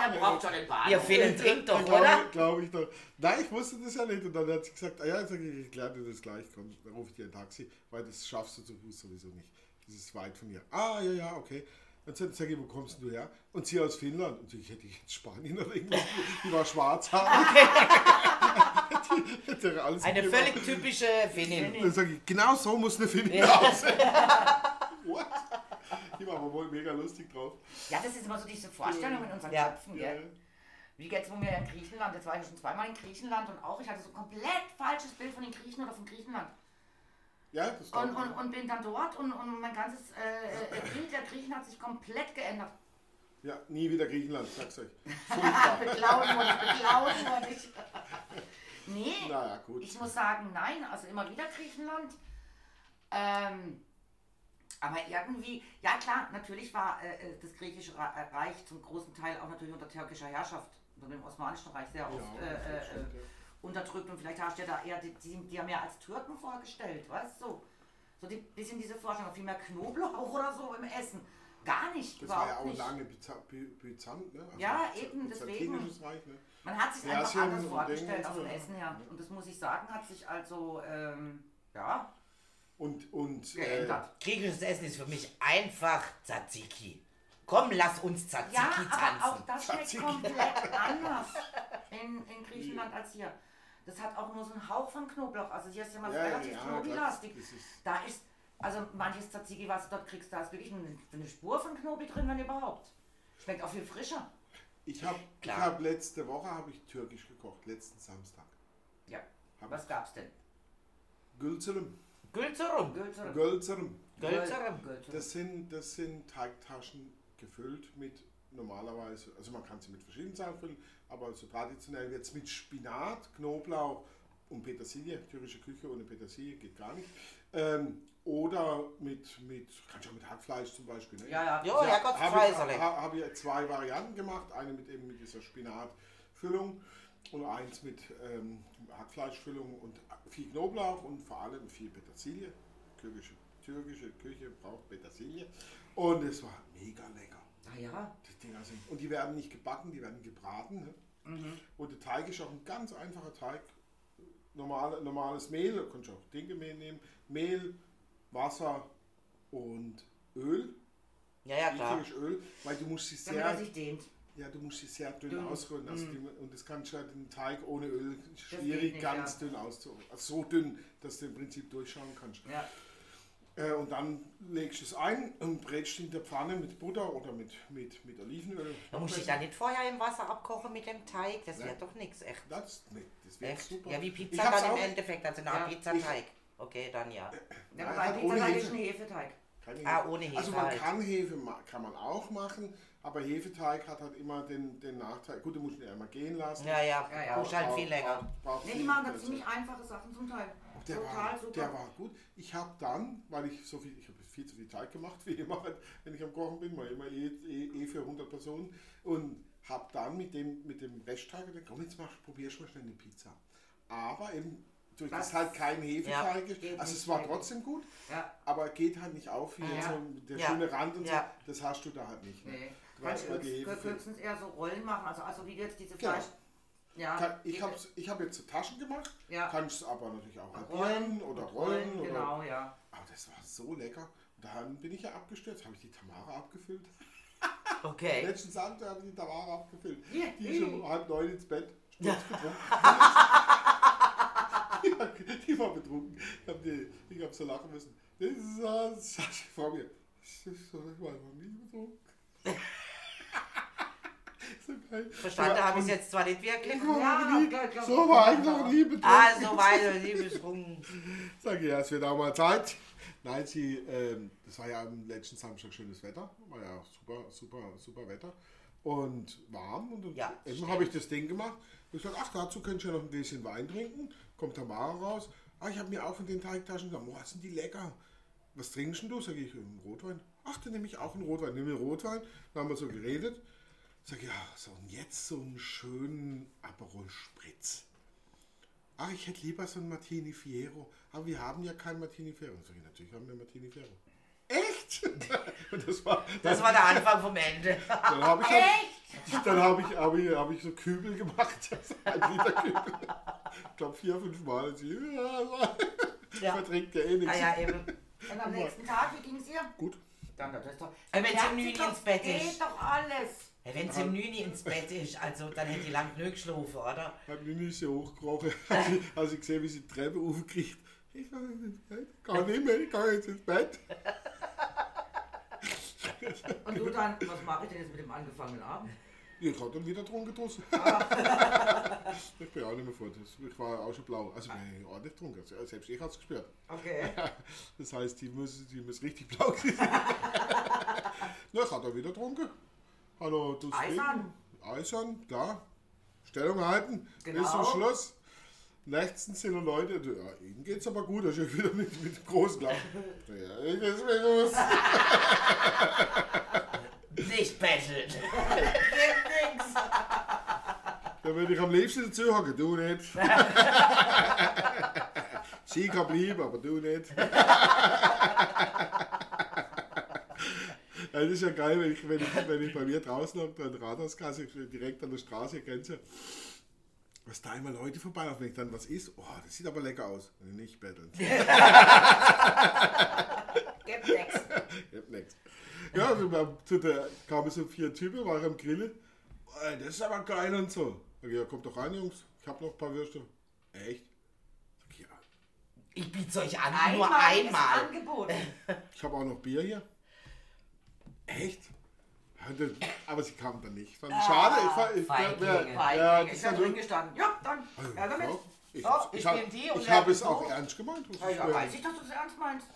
[SPEAKER 2] Er braucht schon ein paar.
[SPEAKER 1] Ihr Finnen trinkt doch, oder?
[SPEAKER 3] Glaube glaub ich doch. Nein, ich wusste das ja nicht. Und dann hat sie gesagt, ah ja, ich, sag, ich erkläre dir das gleich, komm, dann rufe ich dir ein Taxi, weil das schaffst du zu Fuß sowieso nicht. Das ist weit von hier. Ah, ja, ja, okay. Und dann sage ich, wo kommst denn du her? Und sie aus Finnland. Und ich hätte ich jetzt Spanien oder irgendwas. Die war schwarzhaarig. die hätte alles
[SPEAKER 1] Eine
[SPEAKER 3] mitgemacht.
[SPEAKER 1] völlig typische Finnin.
[SPEAKER 3] Dann sage ich, genau so muss eine Finnin aussehen. What? Die war aber wohl mega lustig drauf.
[SPEAKER 2] Ja, das ist immer so diese Vorstellung in unseren
[SPEAKER 1] Ja.
[SPEAKER 2] Köpfen, gell? Wie jetzt, wo wir in Griechenland, jetzt war ich ja schon zweimal in Griechenland und auch, ich hatte so ein komplett falsches Bild von den Griechen oder von Griechenland.
[SPEAKER 3] Ja, das
[SPEAKER 2] Und,
[SPEAKER 3] glaubt man.
[SPEAKER 2] und, und bin dann dort und, und mein ganzes äh, äh, Bild der Griechen hat sich komplett geändert.
[SPEAKER 3] Ja, nie wieder Griechenland, sag's euch.
[SPEAKER 2] Beklaut wurde ich, beklaut wurde ich. Nee,
[SPEAKER 3] Naja, gut.
[SPEAKER 2] ich muss sagen, nein, also immer wieder Griechenland. Ähm, aber irgendwie, ja klar, natürlich war äh, äh, das griechische Ra- äh, Reich zum großen Teil auch natürlich unter türkischer Herrschaft, unter dem Osmanischen Reich sehr oft
[SPEAKER 3] das
[SPEAKER 2] äh, äh,
[SPEAKER 3] ist schon, ja.
[SPEAKER 2] äh, unterdrückt und vielleicht hast du dir da eher, die, die, die haben ja als Türken vorgestellt, weißt du? So, so ein bisschen diese Vorstellung, viel mehr Knoblauch oder so im Essen. Gar nicht,
[SPEAKER 3] Das war
[SPEAKER 2] überhaupt
[SPEAKER 3] ja auch
[SPEAKER 2] nicht.
[SPEAKER 3] lange biza- bi- bizant, ne? Also
[SPEAKER 2] Ja,
[SPEAKER 3] biza-
[SPEAKER 2] eben, deswegen.
[SPEAKER 3] byzantinisches Reich, ne?
[SPEAKER 2] Man hat sich
[SPEAKER 3] Ja,
[SPEAKER 2] einfach
[SPEAKER 3] ist ja ein
[SPEAKER 2] anders
[SPEAKER 3] Ding,
[SPEAKER 2] vorgestellt aus dem
[SPEAKER 3] ja.
[SPEAKER 2] Essen her. Und das muss ich sagen, hat sich also, ähm, ja,
[SPEAKER 3] Und, und, äh,
[SPEAKER 2] geändert.
[SPEAKER 1] Griechisches Essen ist für mich einfach Tzatziki. Komm, lass uns Tzatziki
[SPEAKER 2] ja, aber
[SPEAKER 1] tanzen.
[SPEAKER 2] auch das schmeckt komplett anders in, in Griechenland als hier. Das hat auch nur so einen Hauch von Knoblauch. Also hier ist ja mal
[SPEAKER 3] Ja, ja,
[SPEAKER 2] relativ
[SPEAKER 3] ja,
[SPEAKER 2] knobilastig.
[SPEAKER 3] das- das ist-
[SPEAKER 2] Da ist, also manches Tzatziki, was du dort kriegst, da ist wirklich eine, eine Spur von Knobi drin, wenn überhaupt. Schmeckt auch viel frischer.
[SPEAKER 3] ich habe
[SPEAKER 1] Klar.
[SPEAKER 3] hab letzte Woche habe ich türkisch gekocht, letzten Samstag.
[SPEAKER 2] Ja.
[SPEAKER 3] Hab
[SPEAKER 2] Was
[SPEAKER 3] ich.
[SPEAKER 2] gab's denn?
[SPEAKER 3] Gülzerum,
[SPEAKER 1] Gülzerum.
[SPEAKER 2] Gölzer.
[SPEAKER 3] Gülzerum.
[SPEAKER 1] Gölzerum.
[SPEAKER 2] Gölzer.
[SPEAKER 3] Das sind, das sind Teigtaschen gefüllt mit normalerweise, also man kann sie mit verschiedenen Sachen füllen, aber so traditionell jetzt mit Spinat, Knoblauch und Petersilie. Türkische Küche ohne Petersilie geht gar nicht. Ähm, oder mit, mit, kannst du auch mit Hackfleisch zum Beispiel. Ne?
[SPEAKER 2] Ja, ja.
[SPEAKER 1] Jo, Herrgott,
[SPEAKER 3] Habe ich,
[SPEAKER 1] Kaiserle.
[SPEAKER 3] ha- hab ich zwei Varianten gemacht. Eine mit eben mit dieser Spinatfüllung und eins mit ähm, Hackfleischfüllung und viel Knoblauch und vor allem viel Petersilie. Türkische, türkische Küche braucht Petersilie. Und es war mega lecker.
[SPEAKER 2] Ah ja.
[SPEAKER 3] Die Dinger sind. Und die werden nicht gebacken, die werden gebraten. Ne? Und der Teig ist auch ein ganz einfacher Teig. Normal, normales Mehl, du kannst auch Dinkelmehl nehmen. Mehl, Wasser und Öl
[SPEAKER 1] Ja, ja, klar.
[SPEAKER 3] richtiges Öl, weil du musst sie
[SPEAKER 2] Damit er
[SPEAKER 3] sehr,
[SPEAKER 2] sich dehnt.
[SPEAKER 3] ja, du musst sie sehr dünn
[SPEAKER 2] Dünn.
[SPEAKER 3] ausrollen. Also
[SPEAKER 1] Mhm.
[SPEAKER 3] die, und das kannst du halt den Teig ohne Öl
[SPEAKER 2] geht
[SPEAKER 3] schwierig
[SPEAKER 2] nicht,
[SPEAKER 3] ganz
[SPEAKER 2] ja.
[SPEAKER 3] dünn auszurollen. Also so dünn, dass du im Prinzip durchschauen kannst.
[SPEAKER 2] Ja.
[SPEAKER 3] Äh, und dann legst du es ein und brätst in der Pfanne mit Butter oder mit, mit, mit Olivenöl.
[SPEAKER 1] Da muss ich da nicht vorher im Wasser abkochen mit dem Teig. Das wird doch nichts, echt.
[SPEAKER 3] Das, nee, das wird
[SPEAKER 1] Echt?
[SPEAKER 3] super.
[SPEAKER 1] Ja, wie
[SPEAKER 3] Ich
[SPEAKER 1] Pizza
[SPEAKER 3] hab's
[SPEAKER 1] dann im
[SPEAKER 3] auch-
[SPEAKER 1] Endeffekt, also
[SPEAKER 2] Ja,
[SPEAKER 1] nach Pizzateig.
[SPEAKER 3] ich-
[SPEAKER 1] Okay, dann ja.
[SPEAKER 2] Ja,
[SPEAKER 3] Nein,
[SPEAKER 2] wobei
[SPEAKER 3] halt
[SPEAKER 2] Pizza
[SPEAKER 3] ohne
[SPEAKER 2] Teig
[SPEAKER 3] Hefe.
[SPEAKER 2] ist ein Hefeteig.
[SPEAKER 3] Keine
[SPEAKER 1] Ah, ohne Hefe
[SPEAKER 3] Also man
[SPEAKER 1] halt.
[SPEAKER 3] kann Hefe ma- kann man auch machen, aber Hefeteig hat halt immer den, den Nachteil. Gut, du musst ihn ja immer gehen lassen.
[SPEAKER 1] Ja, ja,
[SPEAKER 2] Ja, ja.
[SPEAKER 1] ja, halt viel länger.
[SPEAKER 3] Braucht
[SPEAKER 2] Nee, die
[SPEAKER 3] viel
[SPEAKER 2] machen da
[SPEAKER 3] Prozess.
[SPEAKER 2] ziemlich einfache Sachen zum Teil.
[SPEAKER 3] Der
[SPEAKER 2] Total
[SPEAKER 3] war,
[SPEAKER 2] super.
[SPEAKER 3] der war gut. Ich habe dann, weil ich so viel, ich habe viel zu viel Teig gemacht, wie immer, halt, wenn ich am Kochen bin, weil immer eh, eh, eh für 100 Personen und habe dann mit dem, mit dem Restteig gedacht, komm, jetzt mach, probierst du mal schnell eine Pizza. Aber eben durch
[SPEAKER 2] Das-
[SPEAKER 3] das, halt kein Hefeteig
[SPEAKER 1] Ja,
[SPEAKER 3] ist.
[SPEAKER 2] geht
[SPEAKER 3] Also
[SPEAKER 2] nicht
[SPEAKER 3] es war
[SPEAKER 2] mehr.
[SPEAKER 3] trotzdem gut,
[SPEAKER 2] Ja,
[SPEAKER 3] aber geht halt nicht auf wie
[SPEAKER 2] Ja.
[SPEAKER 3] so ein- der
[SPEAKER 1] Ja.
[SPEAKER 3] schöne Rand und
[SPEAKER 1] Ja.
[SPEAKER 3] so. Das hast du da halt nicht. Ne?
[SPEAKER 2] nee.
[SPEAKER 3] Du
[SPEAKER 2] Kannst
[SPEAKER 3] weißt, wo die Hefe
[SPEAKER 2] höchstens,
[SPEAKER 3] fehlt.
[SPEAKER 2] höchstens eher so Rollen machen, also, also wie jetzt diese
[SPEAKER 3] Genau.
[SPEAKER 2] Fleisch. Ja,
[SPEAKER 3] Kann, ich
[SPEAKER 2] die-
[SPEAKER 3] habe ich hab jetzt so Taschen gemacht,
[SPEAKER 2] Ja.
[SPEAKER 3] kannst es aber natürlich auch
[SPEAKER 2] Rollen
[SPEAKER 3] halbieren oder rollen. oder,
[SPEAKER 2] Genau, ja.
[SPEAKER 3] Aber das war so lecker. Und dann bin ich ja abgestürzt, habe ich die Tamara abgefüllt.
[SPEAKER 1] Okay.
[SPEAKER 3] Letzten Abend habe ich die Tamara abgefüllt.
[SPEAKER 2] Äh. Ja.
[SPEAKER 3] Die ist um halb neun ins Bett. Sturz betrunken. die, war, die war betrunken. Ich habe die- ich hab so lachen müssen. Das ist so- saß ich vor mir. Ich so, ich war noch nie betrunken. so geil.
[SPEAKER 1] Verstanden
[SPEAKER 3] Ja,
[SPEAKER 1] habe ich
[SPEAKER 3] und-
[SPEAKER 1] es jetzt zwar nicht wirklich.
[SPEAKER 3] Ich war
[SPEAKER 2] Ja, Ah,
[SPEAKER 3] noch nie,
[SPEAKER 2] klar, klar.
[SPEAKER 3] so war ich noch nie betrunken.
[SPEAKER 1] Also, weil du liebes Rum.
[SPEAKER 3] Sag ich, ja, es wird auch mal Zeit. Nein, sie, ähm, das war ja am letzten Samstag schönes Wetter. War ja super, super, super Wetter. Und warm. Und, und
[SPEAKER 1] Ja,
[SPEAKER 3] eben habe ich das Ding gemacht. Ich gesagt, ach, dazu könnt ihr noch ein bisschen Wein trinken. Kommt Tamara raus. Ah, ich habe mir auch von den Teigtaschen gesagt, boah, sind die lecker. Was trinkst denn du? Sag ich, einen Rotwein. Ach, dann nehme ich auch einen Rotwein. Nimm mir Rotwein. Dann haben wir so geredet. Sag ich, ja, so und jetzt so einen schönen Aperol Spritz. Ach, Ah, ich hätte lieber so ein Martini Fiero. Aber wir haben ja kein Martini Fiero. Sag ich, natürlich haben wir Martini Fiero. Echt? Und das war,
[SPEAKER 1] Das war der Anfang vom Ende.
[SPEAKER 3] dann habe ich, dann, dann habe ich, habe ich, habe ich so Kübel gemacht. Also ein Liter Kübel. Ich glaube vier, fünf Mal. Und sie, ja,
[SPEAKER 1] Ja.
[SPEAKER 3] Verträgt ja eh nichts.
[SPEAKER 1] Ah ja, eben.
[SPEAKER 2] Und am nächsten Tag, wie ging es ihr?
[SPEAKER 3] Gut.
[SPEAKER 2] Dann, das ist doch.
[SPEAKER 1] Wenn sie
[SPEAKER 2] Ja,
[SPEAKER 1] um neun
[SPEAKER 2] geht doch-
[SPEAKER 1] ins Bett
[SPEAKER 2] Geht
[SPEAKER 1] ist.
[SPEAKER 2] doch alles.
[SPEAKER 1] Ja, Wenn sie im Nüni ins Bett ist, also dann hätte die lang genug geschlafen, oder?
[SPEAKER 3] Hat mich nicht so hochgerochen. Als ich, als ich gesehen wie sie die Treppe aufkriegt. Ich kann nicht ins Bett. Kann nicht mehr, ich kann jetzt ins Bett.
[SPEAKER 2] Und du dann, was mache ich denn jetzt mit dem angefangenen Abend?
[SPEAKER 3] Ich habe dann wieder drum getrunken. ich bin auch nicht mehr vor. das- Ich war auch schon blau. Also ich bin ordentlich getrunken. Also Selbst ich habe es gespürt.
[SPEAKER 2] Okay.
[SPEAKER 3] Das heißt, die muss, die muss richtig blau gewesen sein. Na, ich habe dann wieder getrunken. Hallo, du
[SPEAKER 2] Eisern.
[SPEAKER 3] Eisern, klar. Stellung halten. Bis
[SPEAKER 2] Genau.
[SPEAKER 3] zum Schluss. Letztens sind noch Leute, die, ja, ihnen geht's aber gut, also ich wieder mit, mit großen Lachen. Ja, ich geht's mir gut.
[SPEAKER 1] Nicht betteln.
[SPEAKER 3] Da würde ich am liebsten dazu hocken, du nicht. Sie kann bleiben, aber du nicht. Ja, Das ist ja geil, wenn ich, wenn ich, wenn ich bei mir draußen am an der Rathauskasse, ich bin direkt an der Straße, ihr kennt ja, was da immer Leute vorbeilaufen, wenn ich dann was isst, oh, das sieht aber lecker aus. Nicht betteln.
[SPEAKER 2] Gibt nix.
[SPEAKER 3] Ich hab nix. Ja, also, wir- zu der kamen so vier Typen, waren am Grillen. Ey, das ist aber geil und so. Sag ich, ja, kommt doch rein, Jungs. Ich hab noch ein paar Würste. Echt? Sag ich, ja.
[SPEAKER 1] Ich biete euch an,
[SPEAKER 2] Einmal
[SPEAKER 1] nur einmal.
[SPEAKER 2] Ist angeboten.
[SPEAKER 3] Ich hab auch noch Bier hier. Echt? Ja, das- Aber sie kamen dann nicht. Fand ich schade. Ich, fand- ich,
[SPEAKER 1] Feiglinge.
[SPEAKER 3] ja,
[SPEAKER 2] Ja,
[SPEAKER 3] das
[SPEAKER 2] ich
[SPEAKER 3] ist
[SPEAKER 2] bin
[SPEAKER 3] ja
[SPEAKER 2] drin
[SPEAKER 3] wirklich-
[SPEAKER 2] gestanden. Ja, dann. Ja, damit.
[SPEAKER 3] Ja, ich,
[SPEAKER 1] So, ich
[SPEAKER 3] hab-
[SPEAKER 1] bin die und
[SPEAKER 3] ich
[SPEAKER 1] wer
[SPEAKER 3] habe
[SPEAKER 1] bist
[SPEAKER 3] es
[SPEAKER 1] du?
[SPEAKER 3] auch ernst gemeint. Das
[SPEAKER 2] Ja, ja,
[SPEAKER 3] wäre
[SPEAKER 2] weiß ich, dass du es ernst meinst.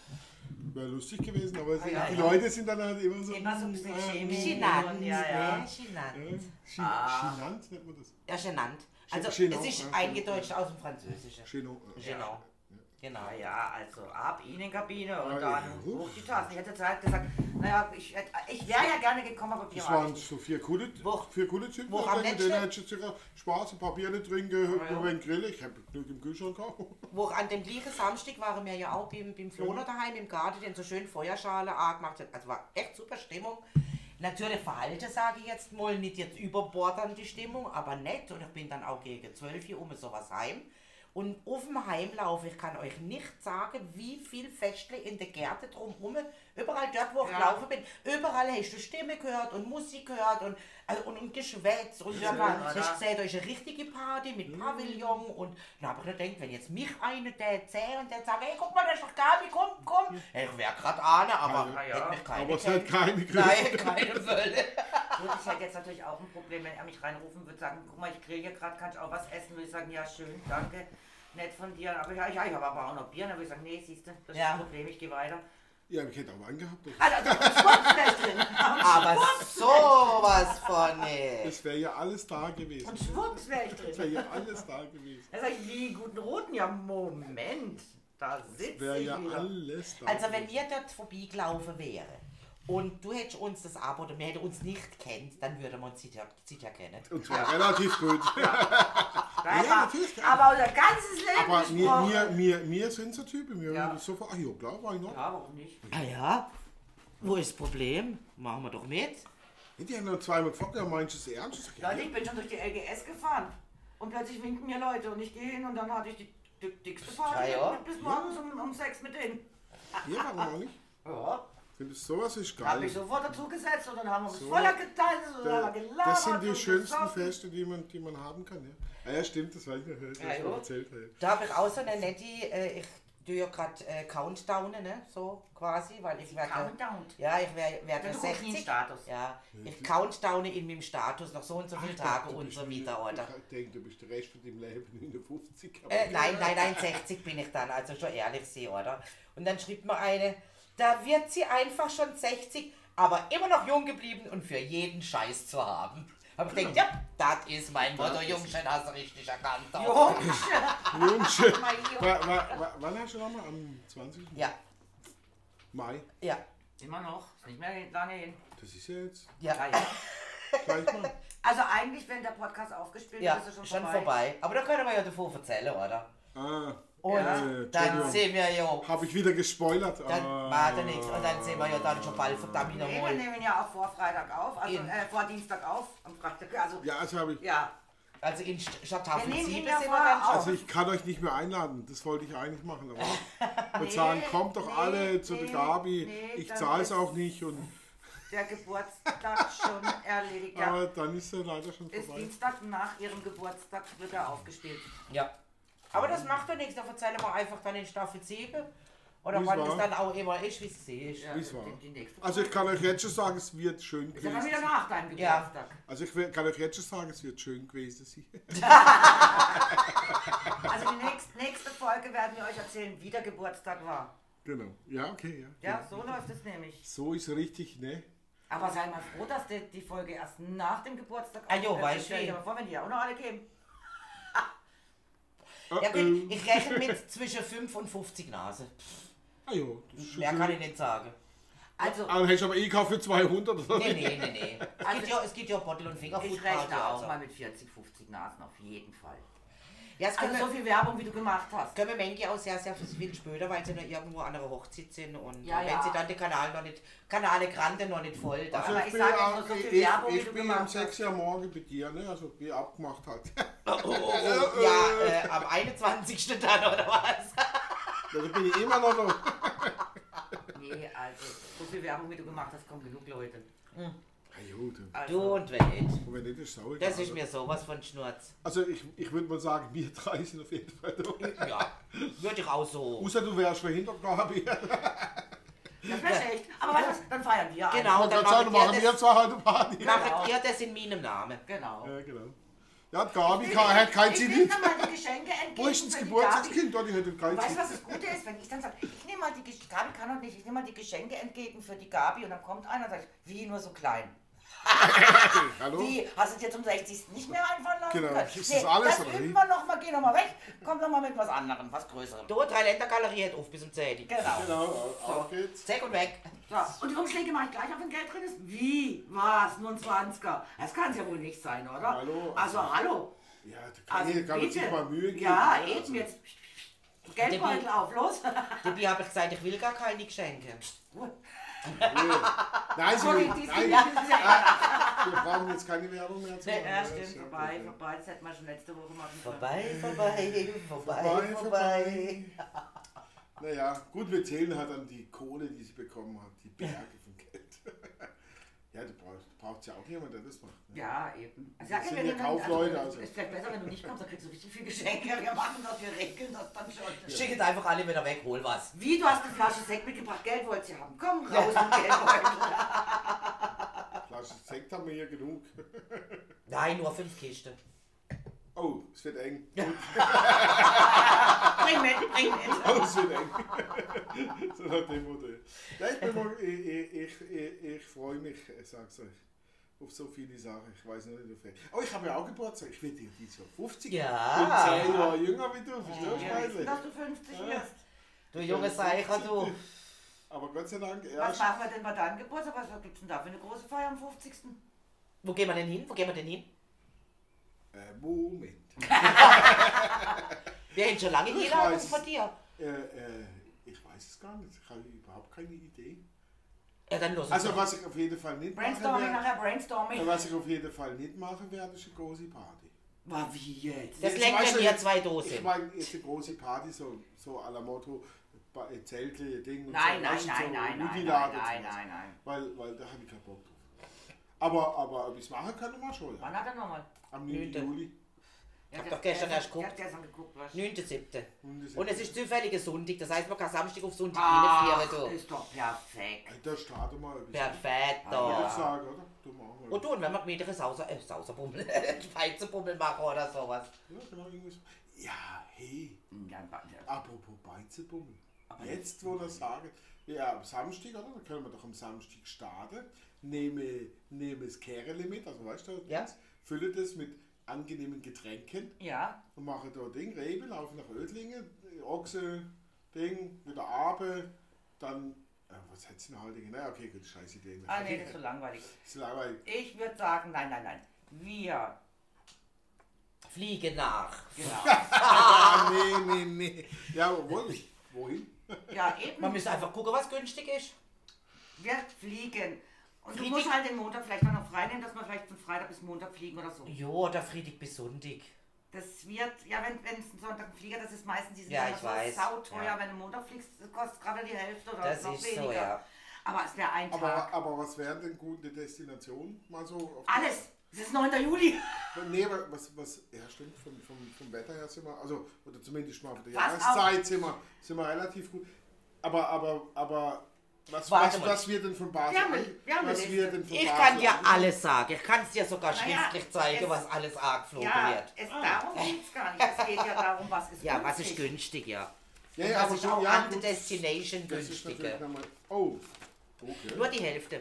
[SPEAKER 3] wär lustig gewesen, aber es-
[SPEAKER 1] ja,
[SPEAKER 3] die
[SPEAKER 1] ja.
[SPEAKER 3] Leute sind dann halt immer so.
[SPEAKER 1] Immer so ein bisschen
[SPEAKER 3] äh,
[SPEAKER 1] chemisch.
[SPEAKER 2] Genannt,
[SPEAKER 1] ja, ja.
[SPEAKER 3] ja.
[SPEAKER 1] Genannt.
[SPEAKER 3] äh, Chi- Chinant nennt man das.
[SPEAKER 1] Ja, genannt. Also
[SPEAKER 3] Gen-
[SPEAKER 1] es ist
[SPEAKER 3] Genau, ja.
[SPEAKER 1] eingedeutscht aus dem Französischen.
[SPEAKER 3] Chino.
[SPEAKER 1] Genau. Genau.
[SPEAKER 2] Na ja, also ab in die Kabine
[SPEAKER 3] Ja,
[SPEAKER 2] und dann
[SPEAKER 3] Ah, ja.
[SPEAKER 2] hoch die Tassen. Ich hätte jetzt halt gesagt, naja, ich, hätte- ich wäre ja gerne gekommen, aber wir
[SPEAKER 3] Das
[SPEAKER 2] waren
[SPEAKER 3] waren
[SPEAKER 2] nicht.
[SPEAKER 3] so vier coole,
[SPEAKER 1] Wo-
[SPEAKER 3] vier coole Typen.
[SPEAKER 1] wo am
[SPEAKER 3] Mit
[SPEAKER 1] letzten-
[SPEAKER 3] denen hättest du sogar Spaß, ein paar Bier trinken,
[SPEAKER 2] Ah,
[SPEAKER 3] nur
[SPEAKER 2] ja.
[SPEAKER 3] ja. wenn Grill. Ich habe genug im Kühlschrank gehabt.
[SPEAKER 1] Wo an dem gleichen Samstag waren wir ja auch beim, beim Floner daheim im Garten, den so schön Feuerschale auch gemacht hat. Also war echt super Stimmung. Natürlich verhalte, sage ich jetzt mal, nicht jetzt überbordern die Stimmung, aber nett. Und ich bin dann auch gegen 12 Uhr um sowas heim. Und auf dem Heimlauf, ich kann euch nicht sagen, wie viel Festle in der Gärte drumherum, überall dort, wo ich
[SPEAKER 2] Ja.
[SPEAKER 1] gelaufen bin, überall hast du Stimme gehört und Musik gehört und, also, und, und Geschwätz. Und dort war,
[SPEAKER 2] oder?
[SPEAKER 1] das ist seht euch eine richtige Party mit Pavillon und dann habe ich gedacht, wenn jetzt mich einer der zählt und der sagt, hey, guck mal, da ist doch Gabi, komm, komm. Ich wäre gerade ahne, aber
[SPEAKER 2] Ah, ja.
[SPEAKER 1] hätte mich keine
[SPEAKER 3] Aber es hat keine
[SPEAKER 1] gekannt.
[SPEAKER 3] Grill.
[SPEAKER 1] Nein, keine Wölle.
[SPEAKER 2] Gut, ich hätte jetzt natürlich auch ein Problem, wenn er mich reinrufen würde, sagen, guck mal, ich grill hier gerade, kann ich auch was essen? Würde ich sagen, ja, schön, danke, nett von dir. Aber ja, ja, ich habe aber auch noch Bier. Dann würde ich sagen, nee, siehst du, das
[SPEAKER 1] Ja.
[SPEAKER 2] ist ein Problem, ich gehe weiter.
[SPEAKER 3] Ja, aber ich hätte auch einen gehabt.
[SPEAKER 2] Also, da ist Schwuppfleisch drin.
[SPEAKER 1] Aber sowas von nicht.
[SPEAKER 3] Das wäre ja alles da gewesen.
[SPEAKER 2] Und Schwupps wäre ich
[SPEAKER 3] Das
[SPEAKER 2] drin.
[SPEAKER 3] wäre ja alles da gewesen.
[SPEAKER 2] Da sag ich, wie guten Roten? Ja, Moment, da sitzt
[SPEAKER 3] Wäre
[SPEAKER 2] ich
[SPEAKER 3] ja
[SPEAKER 2] wieder.
[SPEAKER 3] alles da
[SPEAKER 1] Also wenn
[SPEAKER 3] gewesen.
[SPEAKER 1] wir dort vorbeigelaufen wären und du hättest uns das Abo oder wir hätten uns nicht kennt, dann würden wir uns sicher, sicher kennen.
[SPEAKER 3] Und zwar relativ gut.
[SPEAKER 2] Nein,
[SPEAKER 3] Ja,
[SPEAKER 2] aber,
[SPEAKER 3] natürlich.
[SPEAKER 2] aber unser ganzes Leben
[SPEAKER 3] Aber mir,
[SPEAKER 2] gesprochen.
[SPEAKER 3] mir, mir, mir sind so Typen, mir
[SPEAKER 2] Ja.
[SPEAKER 3] ja. sofort, ach ja, klar, war ich noch.
[SPEAKER 2] Ja, warum nicht?
[SPEAKER 1] Ah ja, wo ist das Problem? Machen wir doch mit.
[SPEAKER 3] Hätte ich noch zweimal gefragt, ja, meinst du es ernst? Ich sag, ja,
[SPEAKER 2] Leute, ich bin schon durch die LGS gefahren. Und plötzlich winken mir Leute und ich gehe hin und dann hatte ich die, die dickste Party.
[SPEAKER 1] Ja, ja.
[SPEAKER 2] Bis morgens um, um sechs mit denen.
[SPEAKER 3] hier warum auch nicht?
[SPEAKER 2] Ja.
[SPEAKER 3] Findest du sowas ist
[SPEAKER 2] Hab
[SPEAKER 3] geil.
[SPEAKER 2] mich sofort dazu gesetzt und dann haben wir uns
[SPEAKER 3] So.
[SPEAKER 2] voller getanzt und
[SPEAKER 3] Da-
[SPEAKER 2] haben wir gelabert.
[SPEAKER 3] das sind die
[SPEAKER 2] und
[SPEAKER 3] schönsten
[SPEAKER 2] gesoffen.
[SPEAKER 3] Feste, die man, die man haben kann. Ja, ah, ja stimmt, das weiß ich noch, das hast du
[SPEAKER 1] Ja,
[SPEAKER 3] mir
[SPEAKER 1] ja.
[SPEAKER 3] erzählt. Ja.
[SPEAKER 1] Da habe ich auch so eine nette, äh, ich tue ja gerade äh, Countdownen, ne? so quasi, weil ich werde...
[SPEAKER 2] Countdown.
[SPEAKER 1] Ja, ich werde, werde
[SPEAKER 2] Der
[SPEAKER 1] 60.
[SPEAKER 2] Status.
[SPEAKER 1] Ja, ich countdowne in meinem Status noch so und so viele Tage und so wieder, oder?
[SPEAKER 3] Ich denke, du bist der Rest von deinem Leben in der 50 aber-
[SPEAKER 1] Äh, nein, nein, nein, 60 bin ich dann, also schon ehrlich sie, oder? Und dann schrieb mir eine, da wird sie einfach schon 60, aber immer noch jung geblieben und für jeden Scheiß zu haben. Aber ich denke, ja, das ist mein Motto, Jungchen, hast du richtig erkannt.
[SPEAKER 2] Jung.
[SPEAKER 3] Wunsch.
[SPEAKER 2] Mein Jung.
[SPEAKER 3] Wa- wa- wa- Wann hast du nochmal? Am 20.
[SPEAKER 1] Ja,
[SPEAKER 3] Mai?
[SPEAKER 1] ja,
[SPEAKER 2] Immer noch. Ist nicht mehr lange hin.
[SPEAKER 3] Das ist ja jetzt
[SPEAKER 1] ja.
[SPEAKER 2] Ja, ja.
[SPEAKER 3] gleich mal.
[SPEAKER 2] Also eigentlich, wenn der Podcast aufgespielt
[SPEAKER 1] Ja,
[SPEAKER 2] ist, ist er
[SPEAKER 1] schon,
[SPEAKER 2] schon,
[SPEAKER 1] vorbei. Aber da können wir ja davon erzählen, oder?
[SPEAKER 3] Ah,
[SPEAKER 1] Und
[SPEAKER 3] Ja.
[SPEAKER 1] dann sind wir ja,
[SPEAKER 3] habe ich wieder gespoilert.
[SPEAKER 1] dann
[SPEAKER 3] Ah.
[SPEAKER 1] warte nichts und dann sind wir ja dann schon bald verdammt
[SPEAKER 2] Nee, wir
[SPEAKER 1] nochmal.
[SPEAKER 2] nehmen ja auch vor Freitag auf, also
[SPEAKER 1] Eben.
[SPEAKER 2] äh, vor Dienstag auf, am Freitag. Also, ja.
[SPEAKER 3] Ja, also habe ich.
[SPEAKER 1] Also in St- Staffel
[SPEAKER 2] Wir
[SPEAKER 1] 7
[SPEAKER 2] nehmen
[SPEAKER 1] sind
[SPEAKER 2] ihn
[SPEAKER 1] wir
[SPEAKER 2] ja
[SPEAKER 1] dann
[SPEAKER 2] vorher
[SPEAKER 1] schon.
[SPEAKER 2] auf.
[SPEAKER 3] Also ich kann euch nicht mehr einladen, das wollte ich eigentlich machen. Aber und sagen, kommt doch
[SPEAKER 2] nee,
[SPEAKER 3] alle zu der
[SPEAKER 2] nee,
[SPEAKER 3] Gabi,
[SPEAKER 2] nee,
[SPEAKER 3] ich
[SPEAKER 2] dann
[SPEAKER 3] zahle es
[SPEAKER 2] ist-
[SPEAKER 3] auch nicht. Und,
[SPEAKER 2] der Geburtstag schon erledigt. Ja.
[SPEAKER 3] Aber dann ist er leider schon
[SPEAKER 2] Ist
[SPEAKER 3] vorbei.
[SPEAKER 2] Dienstag nach ihrem Geburtstag wird er aufgespielt.
[SPEAKER 1] Ja. Aber das macht doch nichts, da verzeihen wir einfach dann in Staffel 7. Oder
[SPEAKER 3] Wie's
[SPEAKER 1] wann
[SPEAKER 3] war?
[SPEAKER 1] das dann auch immer ist, wie es ist. Ja.
[SPEAKER 2] Ja,
[SPEAKER 3] Wie's war?
[SPEAKER 2] die, die nächste.
[SPEAKER 3] Also ich kann euch jetzt schon sagen, es wird schön
[SPEAKER 2] Ist er dann
[SPEAKER 3] gewesen.
[SPEAKER 2] wieder nach deinem
[SPEAKER 1] Ja.
[SPEAKER 2] Geburtstag.
[SPEAKER 3] Also ich will- kann euch jetzt schon sagen, es wird schön gewesen sein.
[SPEAKER 2] Also die nächst, nächste Folge werden wir euch erzählen, wie der Geburtstag war.
[SPEAKER 3] genau. Ja, okay, ja. genau.
[SPEAKER 2] Ja, so läuft es nämlich.
[SPEAKER 3] So ist richtig, ne?
[SPEAKER 2] Aber sei mal froh, dass die, die Folge erst nach dem Geburtstag
[SPEAKER 1] Ah, jo,
[SPEAKER 2] aufgenommen
[SPEAKER 1] weißt
[SPEAKER 2] Stell dir
[SPEAKER 1] wie.
[SPEAKER 2] mal vor, wenn die ja auch noch alle geben.
[SPEAKER 1] gut,
[SPEAKER 3] ähm.
[SPEAKER 1] ich rechne mit zwischen 5 und 50 Nase.
[SPEAKER 3] Ah ja, das ist schon
[SPEAKER 1] Mehr kann
[SPEAKER 3] schön.
[SPEAKER 1] ich nicht sagen.
[SPEAKER 2] Also,
[SPEAKER 3] Ah, dann hast du aber eh gekauft für 200 oder
[SPEAKER 1] Nee,
[SPEAKER 3] nee.
[SPEAKER 1] nee, nee, nee. Es
[SPEAKER 2] Also-
[SPEAKER 1] gibt ja, es gibt ja Bottle und Fingerfood.
[SPEAKER 2] ich rechne auch
[SPEAKER 1] also.
[SPEAKER 2] mal mit 40, 50 Nasen, auf jeden Fall.
[SPEAKER 1] Ja, es können,
[SPEAKER 2] Also so
[SPEAKER 1] wir,
[SPEAKER 2] viel Werbung, wie du gemacht hast.
[SPEAKER 1] können wir manche auch sehr, sehr viel später, weil sie noch irgendwo an einer Hochzeit sind. Und
[SPEAKER 2] Ja,
[SPEAKER 1] wenn
[SPEAKER 2] ja.
[SPEAKER 1] sie dann die Kanal noch nicht, Kanale Grande noch nicht voll, dann.
[SPEAKER 2] Also- ich sag jetzt nur so viel Werbung, wie
[SPEAKER 3] ich,
[SPEAKER 2] du
[SPEAKER 3] ich bin
[SPEAKER 2] gemacht
[SPEAKER 3] am
[SPEAKER 2] hast.
[SPEAKER 3] 6 Uhr morgen bei dir, ne? Also wie abgemacht hat.
[SPEAKER 1] oh, oh, oh, ja, äh, am 21. dann oder was?
[SPEAKER 3] Da bin ich immer noch da.
[SPEAKER 2] Nee, also so viel Werbung, wie du gemacht hast, kommen genug Leute. Also,
[SPEAKER 3] Ah, gut. Und
[SPEAKER 1] Du und wenn nicht.
[SPEAKER 3] wenn nicht, ist sauer.
[SPEAKER 1] Das ist mir sowas von Schnurz.
[SPEAKER 3] Also ich, ich würde mal sagen, wir drei sind auf jeden Fall da.
[SPEAKER 1] Ja, würde ich auch so.
[SPEAKER 3] Außer du wärst verhindert, Gabi.
[SPEAKER 2] Das wäre schlecht. Aber weißt du was, dann feiern wir. einen.
[SPEAKER 1] Genau,
[SPEAKER 3] Und
[SPEAKER 1] dann
[SPEAKER 3] dann sagen,
[SPEAKER 1] machen
[SPEAKER 3] machen
[SPEAKER 1] wir
[SPEAKER 3] wir
[SPEAKER 1] das,
[SPEAKER 3] zwar heute Party.
[SPEAKER 2] Genau.
[SPEAKER 1] machen wir das in meinem Namen.
[SPEAKER 2] Genau.
[SPEAKER 3] Ja, genau. Ja, die Gabi kann, Äh, hat kein
[SPEAKER 2] Ich nehme
[SPEAKER 3] Zenit.
[SPEAKER 2] dann mal die Geschenke entgegen.
[SPEAKER 3] Wo ist denn
[SPEAKER 2] für
[SPEAKER 3] das
[SPEAKER 2] die Gabi.
[SPEAKER 3] Geburtstagskind? Dort, die hat kein
[SPEAKER 2] Weißt du, was
[SPEAKER 3] Zenit.
[SPEAKER 2] das Gute ist, wenn ich dann sage, ich nehme mal die Geschenke, Gabi kann doch nicht, ich nehme mal die Geschenke entgegen für die Gabi und dann kommt einer und sagt, wie nur so klein.
[SPEAKER 3] Hallo?
[SPEAKER 2] Wie, hast du es dir zum 60. nicht mehr einfallen lassen
[SPEAKER 3] Genau,
[SPEAKER 2] können?
[SPEAKER 3] ist das alles,
[SPEAKER 2] Oh. das
[SPEAKER 3] oder
[SPEAKER 2] üben
[SPEAKER 3] wie?
[SPEAKER 2] wir nochmal, geh nochmal weg, komm nochmal mit was anderem, was Größerem.
[SPEAKER 1] Du, Dreiländergalerie hat auf bis um zum 10.
[SPEAKER 2] Genau.
[SPEAKER 3] Genau, auf geht's.
[SPEAKER 1] Zack und weg.
[SPEAKER 2] So, und die Umschläge mache ich gleich auf, wenn Geld drin ist. Wie? Was? Nur ein 20er? Das kann es ja wohl nicht sein, oder?
[SPEAKER 3] Hallo.
[SPEAKER 2] Also, hallo.
[SPEAKER 3] Ja, da kann,
[SPEAKER 2] Also,
[SPEAKER 3] also, kann man sich mal Mühe geben.
[SPEAKER 2] Ja,
[SPEAKER 3] ne?
[SPEAKER 2] eben
[SPEAKER 3] Also,
[SPEAKER 2] jetzt. Also. Geldbeutel auf, los.
[SPEAKER 1] Dabei habe ich gesagt, ich will gar keine Geschenke.
[SPEAKER 3] Ruhe. Nein, sie
[SPEAKER 2] Sorry,
[SPEAKER 3] will-
[SPEAKER 2] die ist
[SPEAKER 3] nein,
[SPEAKER 2] gegangen.
[SPEAKER 3] wir brauchen jetzt keine Werbung mehr zu
[SPEAKER 2] Nee,
[SPEAKER 3] machen.
[SPEAKER 2] ja,
[SPEAKER 3] ne?
[SPEAKER 2] stimmt.
[SPEAKER 3] Ist ja
[SPEAKER 2] Vorbei,
[SPEAKER 3] gut, ne?
[SPEAKER 2] vorbei. Das hätten wir schon letzte Woche machen können.
[SPEAKER 1] Vorbei, vorbei, vorbei,
[SPEAKER 3] Vorbei,
[SPEAKER 1] vorbei.
[SPEAKER 3] Naja, gut, wir zählen halt an die Kohle, die sie bekommen hat, die Berge von Geld. ja, du brauchst, du brauchst ja auch jemanden, der das macht. Ne?
[SPEAKER 2] Ja, eben. Also, sag
[SPEAKER 3] sind
[SPEAKER 2] mir,
[SPEAKER 3] ja
[SPEAKER 2] wenn du-
[SPEAKER 3] Kaufleute,
[SPEAKER 2] Also,
[SPEAKER 3] also.
[SPEAKER 2] ist vielleicht besser, wenn du nicht kommst, dann kriegst du richtig viel Geschenke. Wir machen das, wir regeln das dann schon.
[SPEAKER 1] Schick jetzt einfach alle wieder weg, hol was.
[SPEAKER 2] Wie, du hast eine Flasche Sekt mitgebracht, Geld wollt ihr haben. Komm raus mit dem Geldbeutel.
[SPEAKER 3] Flasche Sekt haben wir hier genug.
[SPEAKER 1] Nein, nur fünf Kisten.
[SPEAKER 3] Oh, es wird eng.
[SPEAKER 2] Bring mit, bring mit.
[SPEAKER 3] Oh, es wird eng. so nach dem Motto. Nein, ich, bin mal, ich, ich, ich, ich freue mich, ich sag's euch, auf so viele Sachen. Ich weiß noch nicht, auf welche. Oh, ich habe ja auch Geburtstag. Ich werde ja dieses Jahr 50.
[SPEAKER 1] Ja.
[SPEAKER 3] Bin 10 Jahre jünger wie du, verstehst
[SPEAKER 2] Wir wissen,
[SPEAKER 3] du?
[SPEAKER 2] dass
[SPEAKER 3] Ja,
[SPEAKER 2] du 50 wirst.
[SPEAKER 1] Du junge Seicher, du.
[SPEAKER 3] Aber Gott sei Dank,
[SPEAKER 2] Was
[SPEAKER 3] erst
[SPEAKER 2] machen wir denn bei deinem Geburtstag? Was gibt's denn da für eine große Feier am 50.?
[SPEAKER 1] Wo gehen wir denn hin? Wo gehen wir denn hin?
[SPEAKER 3] Äh, Moment.
[SPEAKER 1] Wir hätten schon lange
[SPEAKER 3] Ich
[SPEAKER 1] jeder
[SPEAKER 3] weiß.
[SPEAKER 1] von dir.
[SPEAKER 3] Äh, äh, ich weiß es gar nicht. Ich habe überhaupt keine Idee.
[SPEAKER 1] Ja, dann los.
[SPEAKER 3] Also was ich auf jeden Fall nicht
[SPEAKER 2] Brainstorming
[SPEAKER 3] mache,
[SPEAKER 2] nachher, Brainstorming.
[SPEAKER 3] wär, was ich auf jeden Fall nicht mache, wäre eine große Party.
[SPEAKER 2] War wie jetzt?
[SPEAKER 1] das
[SPEAKER 3] jetzt
[SPEAKER 1] lenkt,
[SPEAKER 3] weißt
[SPEAKER 1] wenn
[SPEAKER 3] du,
[SPEAKER 1] wir zwei Dosen.
[SPEAKER 3] Ich meine, jetzt eine große Party, so, so à la Motto, ba- äh, Zelte, Ding und
[SPEAKER 2] Nein,
[SPEAKER 3] so.
[SPEAKER 2] nein,
[SPEAKER 3] weißt du,
[SPEAKER 2] nein, nein, nein,
[SPEAKER 3] Mutilade
[SPEAKER 2] nein,
[SPEAKER 3] und
[SPEAKER 2] nein,
[SPEAKER 3] sowas.
[SPEAKER 2] nein, nein.
[SPEAKER 3] Weil, weil da habe ich keinen Bock drauf. Aber, aber ob ich es machen kann, immer schon. Ja.
[SPEAKER 2] Wann hat er nochmal?
[SPEAKER 3] Am 9.
[SPEAKER 1] Nünte.
[SPEAKER 3] Juli.
[SPEAKER 2] Ich
[SPEAKER 1] hab doch gestern erst geguckt.
[SPEAKER 2] Ich hab gestern geguckt, was?
[SPEAKER 1] 9.7.
[SPEAKER 3] Und um das-
[SPEAKER 1] Und es ist zufällig ein Sonntag, das heißt, man kann Samstag auf Sonntag
[SPEAKER 3] Ah.
[SPEAKER 2] Ach,
[SPEAKER 1] reinfahren. du.
[SPEAKER 2] ist doch perfekt.
[SPEAKER 3] Alter, starte mal. ein bisschen.
[SPEAKER 1] Perfekt.
[SPEAKER 3] Würde ich
[SPEAKER 1] da.
[SPEAKER 3] sagen, oder? Du machen wir.
[SPEAKER 1] Und du, und wenn wir gemütliche Sauser, äh, Sauserbummel, Schweizebummel machen oder sowas.
[SPEAKER 3] Ja, genau, irgendwie so. Ja, hey,
[SPEAKER 2] Ja, ba- ja.
[SPEAKER 3] apropos Beizebummel. Jetzt, wo das sagen, ja, am Samstag, oder? Dann können wir doch am Samstag starten. Nehme, nehme das Kerele mit, also weißt du,
[SPEAKER 1] Ja.
[SPEAKER 3] fülle das mit angenehmen Getränken
[SPEAKER 2] Ja,
[SPEAKER 3] und mache da Ding, Rebe, laufe nach Ödlingen, Ochse, Ding, wieder Abe, dann, äh, was hättest du noch heute? Na, okay, gut, scheiß Idee.
[SPEAKER 2] ah nee, das ist so langweilig.
[SPEAKER 3] Das ist langweilig.
[SPEAKER 2] Ich würde sagen, nein, nein, nein. Wir.
[SPEAKER 1] Fliege nach.
[SPEAKER 2] Genau.
[SPEAKER 3] Ah, nee, nee, nee. Ja, obwohl, wohin?
[SPEAKER 2] Ja,
[SPEAKER 1] Man
[SPEAKER 2] eben.
[SPEAKER 1] müsste einfach gucken, was günstig ist.
[SPEAKER 2] Wir fliegen. Und
[SPEAKER 1] Fliegen?
[SPEAKER 2] du musst halt den Montag vielleicht mal noch freinehmen, dass wir vielleicht von Freitag bis Montag fliegen oder so.
[SPEAKER 1] Jo, oder Friedig bis Sonntag.
[SPEAKER 2] Das wird, ja, wenn wenn es ein Sonntag ein Flieger, das ist meistens diese
[SPEAKER 1] Ja,
[SPEAKER 2] Sache,
[SPEAKER 1] ich
[SPEAKER 2] das
[SPEAKER 1] weiß,
[SPEAKER 2] ist sauteuer,
[SPEAKER 1] ja.
[SPEAKER 2] wenn du Montag fliegst, das kostet gerade die Hälfte oder
[SPEAKER 1] Das
[SPEAKER 2] noch
[SPEAKER 1] ist
[SPEAKER 2] weniger.
[SPEAKER 1] so, ja.
[SPEAKER 2] Aber es wäre ein Tag.
[SPEAKER 3] Aber, aber was wären denn gute Destinationen? Mal so auf
[SPEAKER 2] Alles! Es ist 9. Juli!
[SPEAKER 3] Nee, aber was, was, ja stimmt, vom, vom, vom Wetter her sind wir, also, oder zumindest mal von der
[SPEAKER 2] Pass auf.
[SPEAKER 3] Jahreszeit sind wir, sind wir relativ gut. Aber, aber, aber, was,
[SPEAKER 1] Warte
[SPEAKER 3] was,
[SPEAKER 1] mal.
[SPEAKER 3] was wir denn von Basel
[SPEAKER 2] Wir haben-
[SPEAKER 3] ein-
[SPEAKER 2] wir haben eine
[SPEAKER 3] was
[SPEAKER 2] Liste.
[SPEAKER 3] wir denn von
[SPEAKER 1] Ich
[SPEAKER 3] Basel
[SPEAKER 1] kann dir
[SPEAKER 3] ein-
[SPEAKER 1] alles sagen. Ich kann es dir sogar
[SPEAKER 2] Naja,
[SPEAKER 1] schriftlich zeigen,
[SPEAKER 2] es-
[SPEAKER 1] was alles argflogen
[SPEAKER 2] Ja,
[SPEAKER 1] wird.
[SPEAKER 2] es, darum geht es gar nicht. Es geht ja darum, was ist
[SPEAKER 1] Ja, was ist
[SPEAKER 2] günstig.
[SPEAKER 1] günstig, ja.
[SPEAKER 3] Ja, ja,
[SPEAKER 1] Das
[SPEAKER 3] aber
[SPEAKER 1] ist
[SPEAKER 3] schon,
[SPEAKER 1] also auch
[SPEAKER 3] ja,
[SPEAKER 1] an der
[SPEAKER 3] gut,
[SPEAKER 1] Destination
[SPEAKER 3] das ist natürlich
[SPEAKER 1] günstiger.
[SPEAKER 3] nochmal, oh, okay,
[SPEAKER 1] Nur
[SPEAKER 3] nur,
[SPEAKER 1] die Hälfte.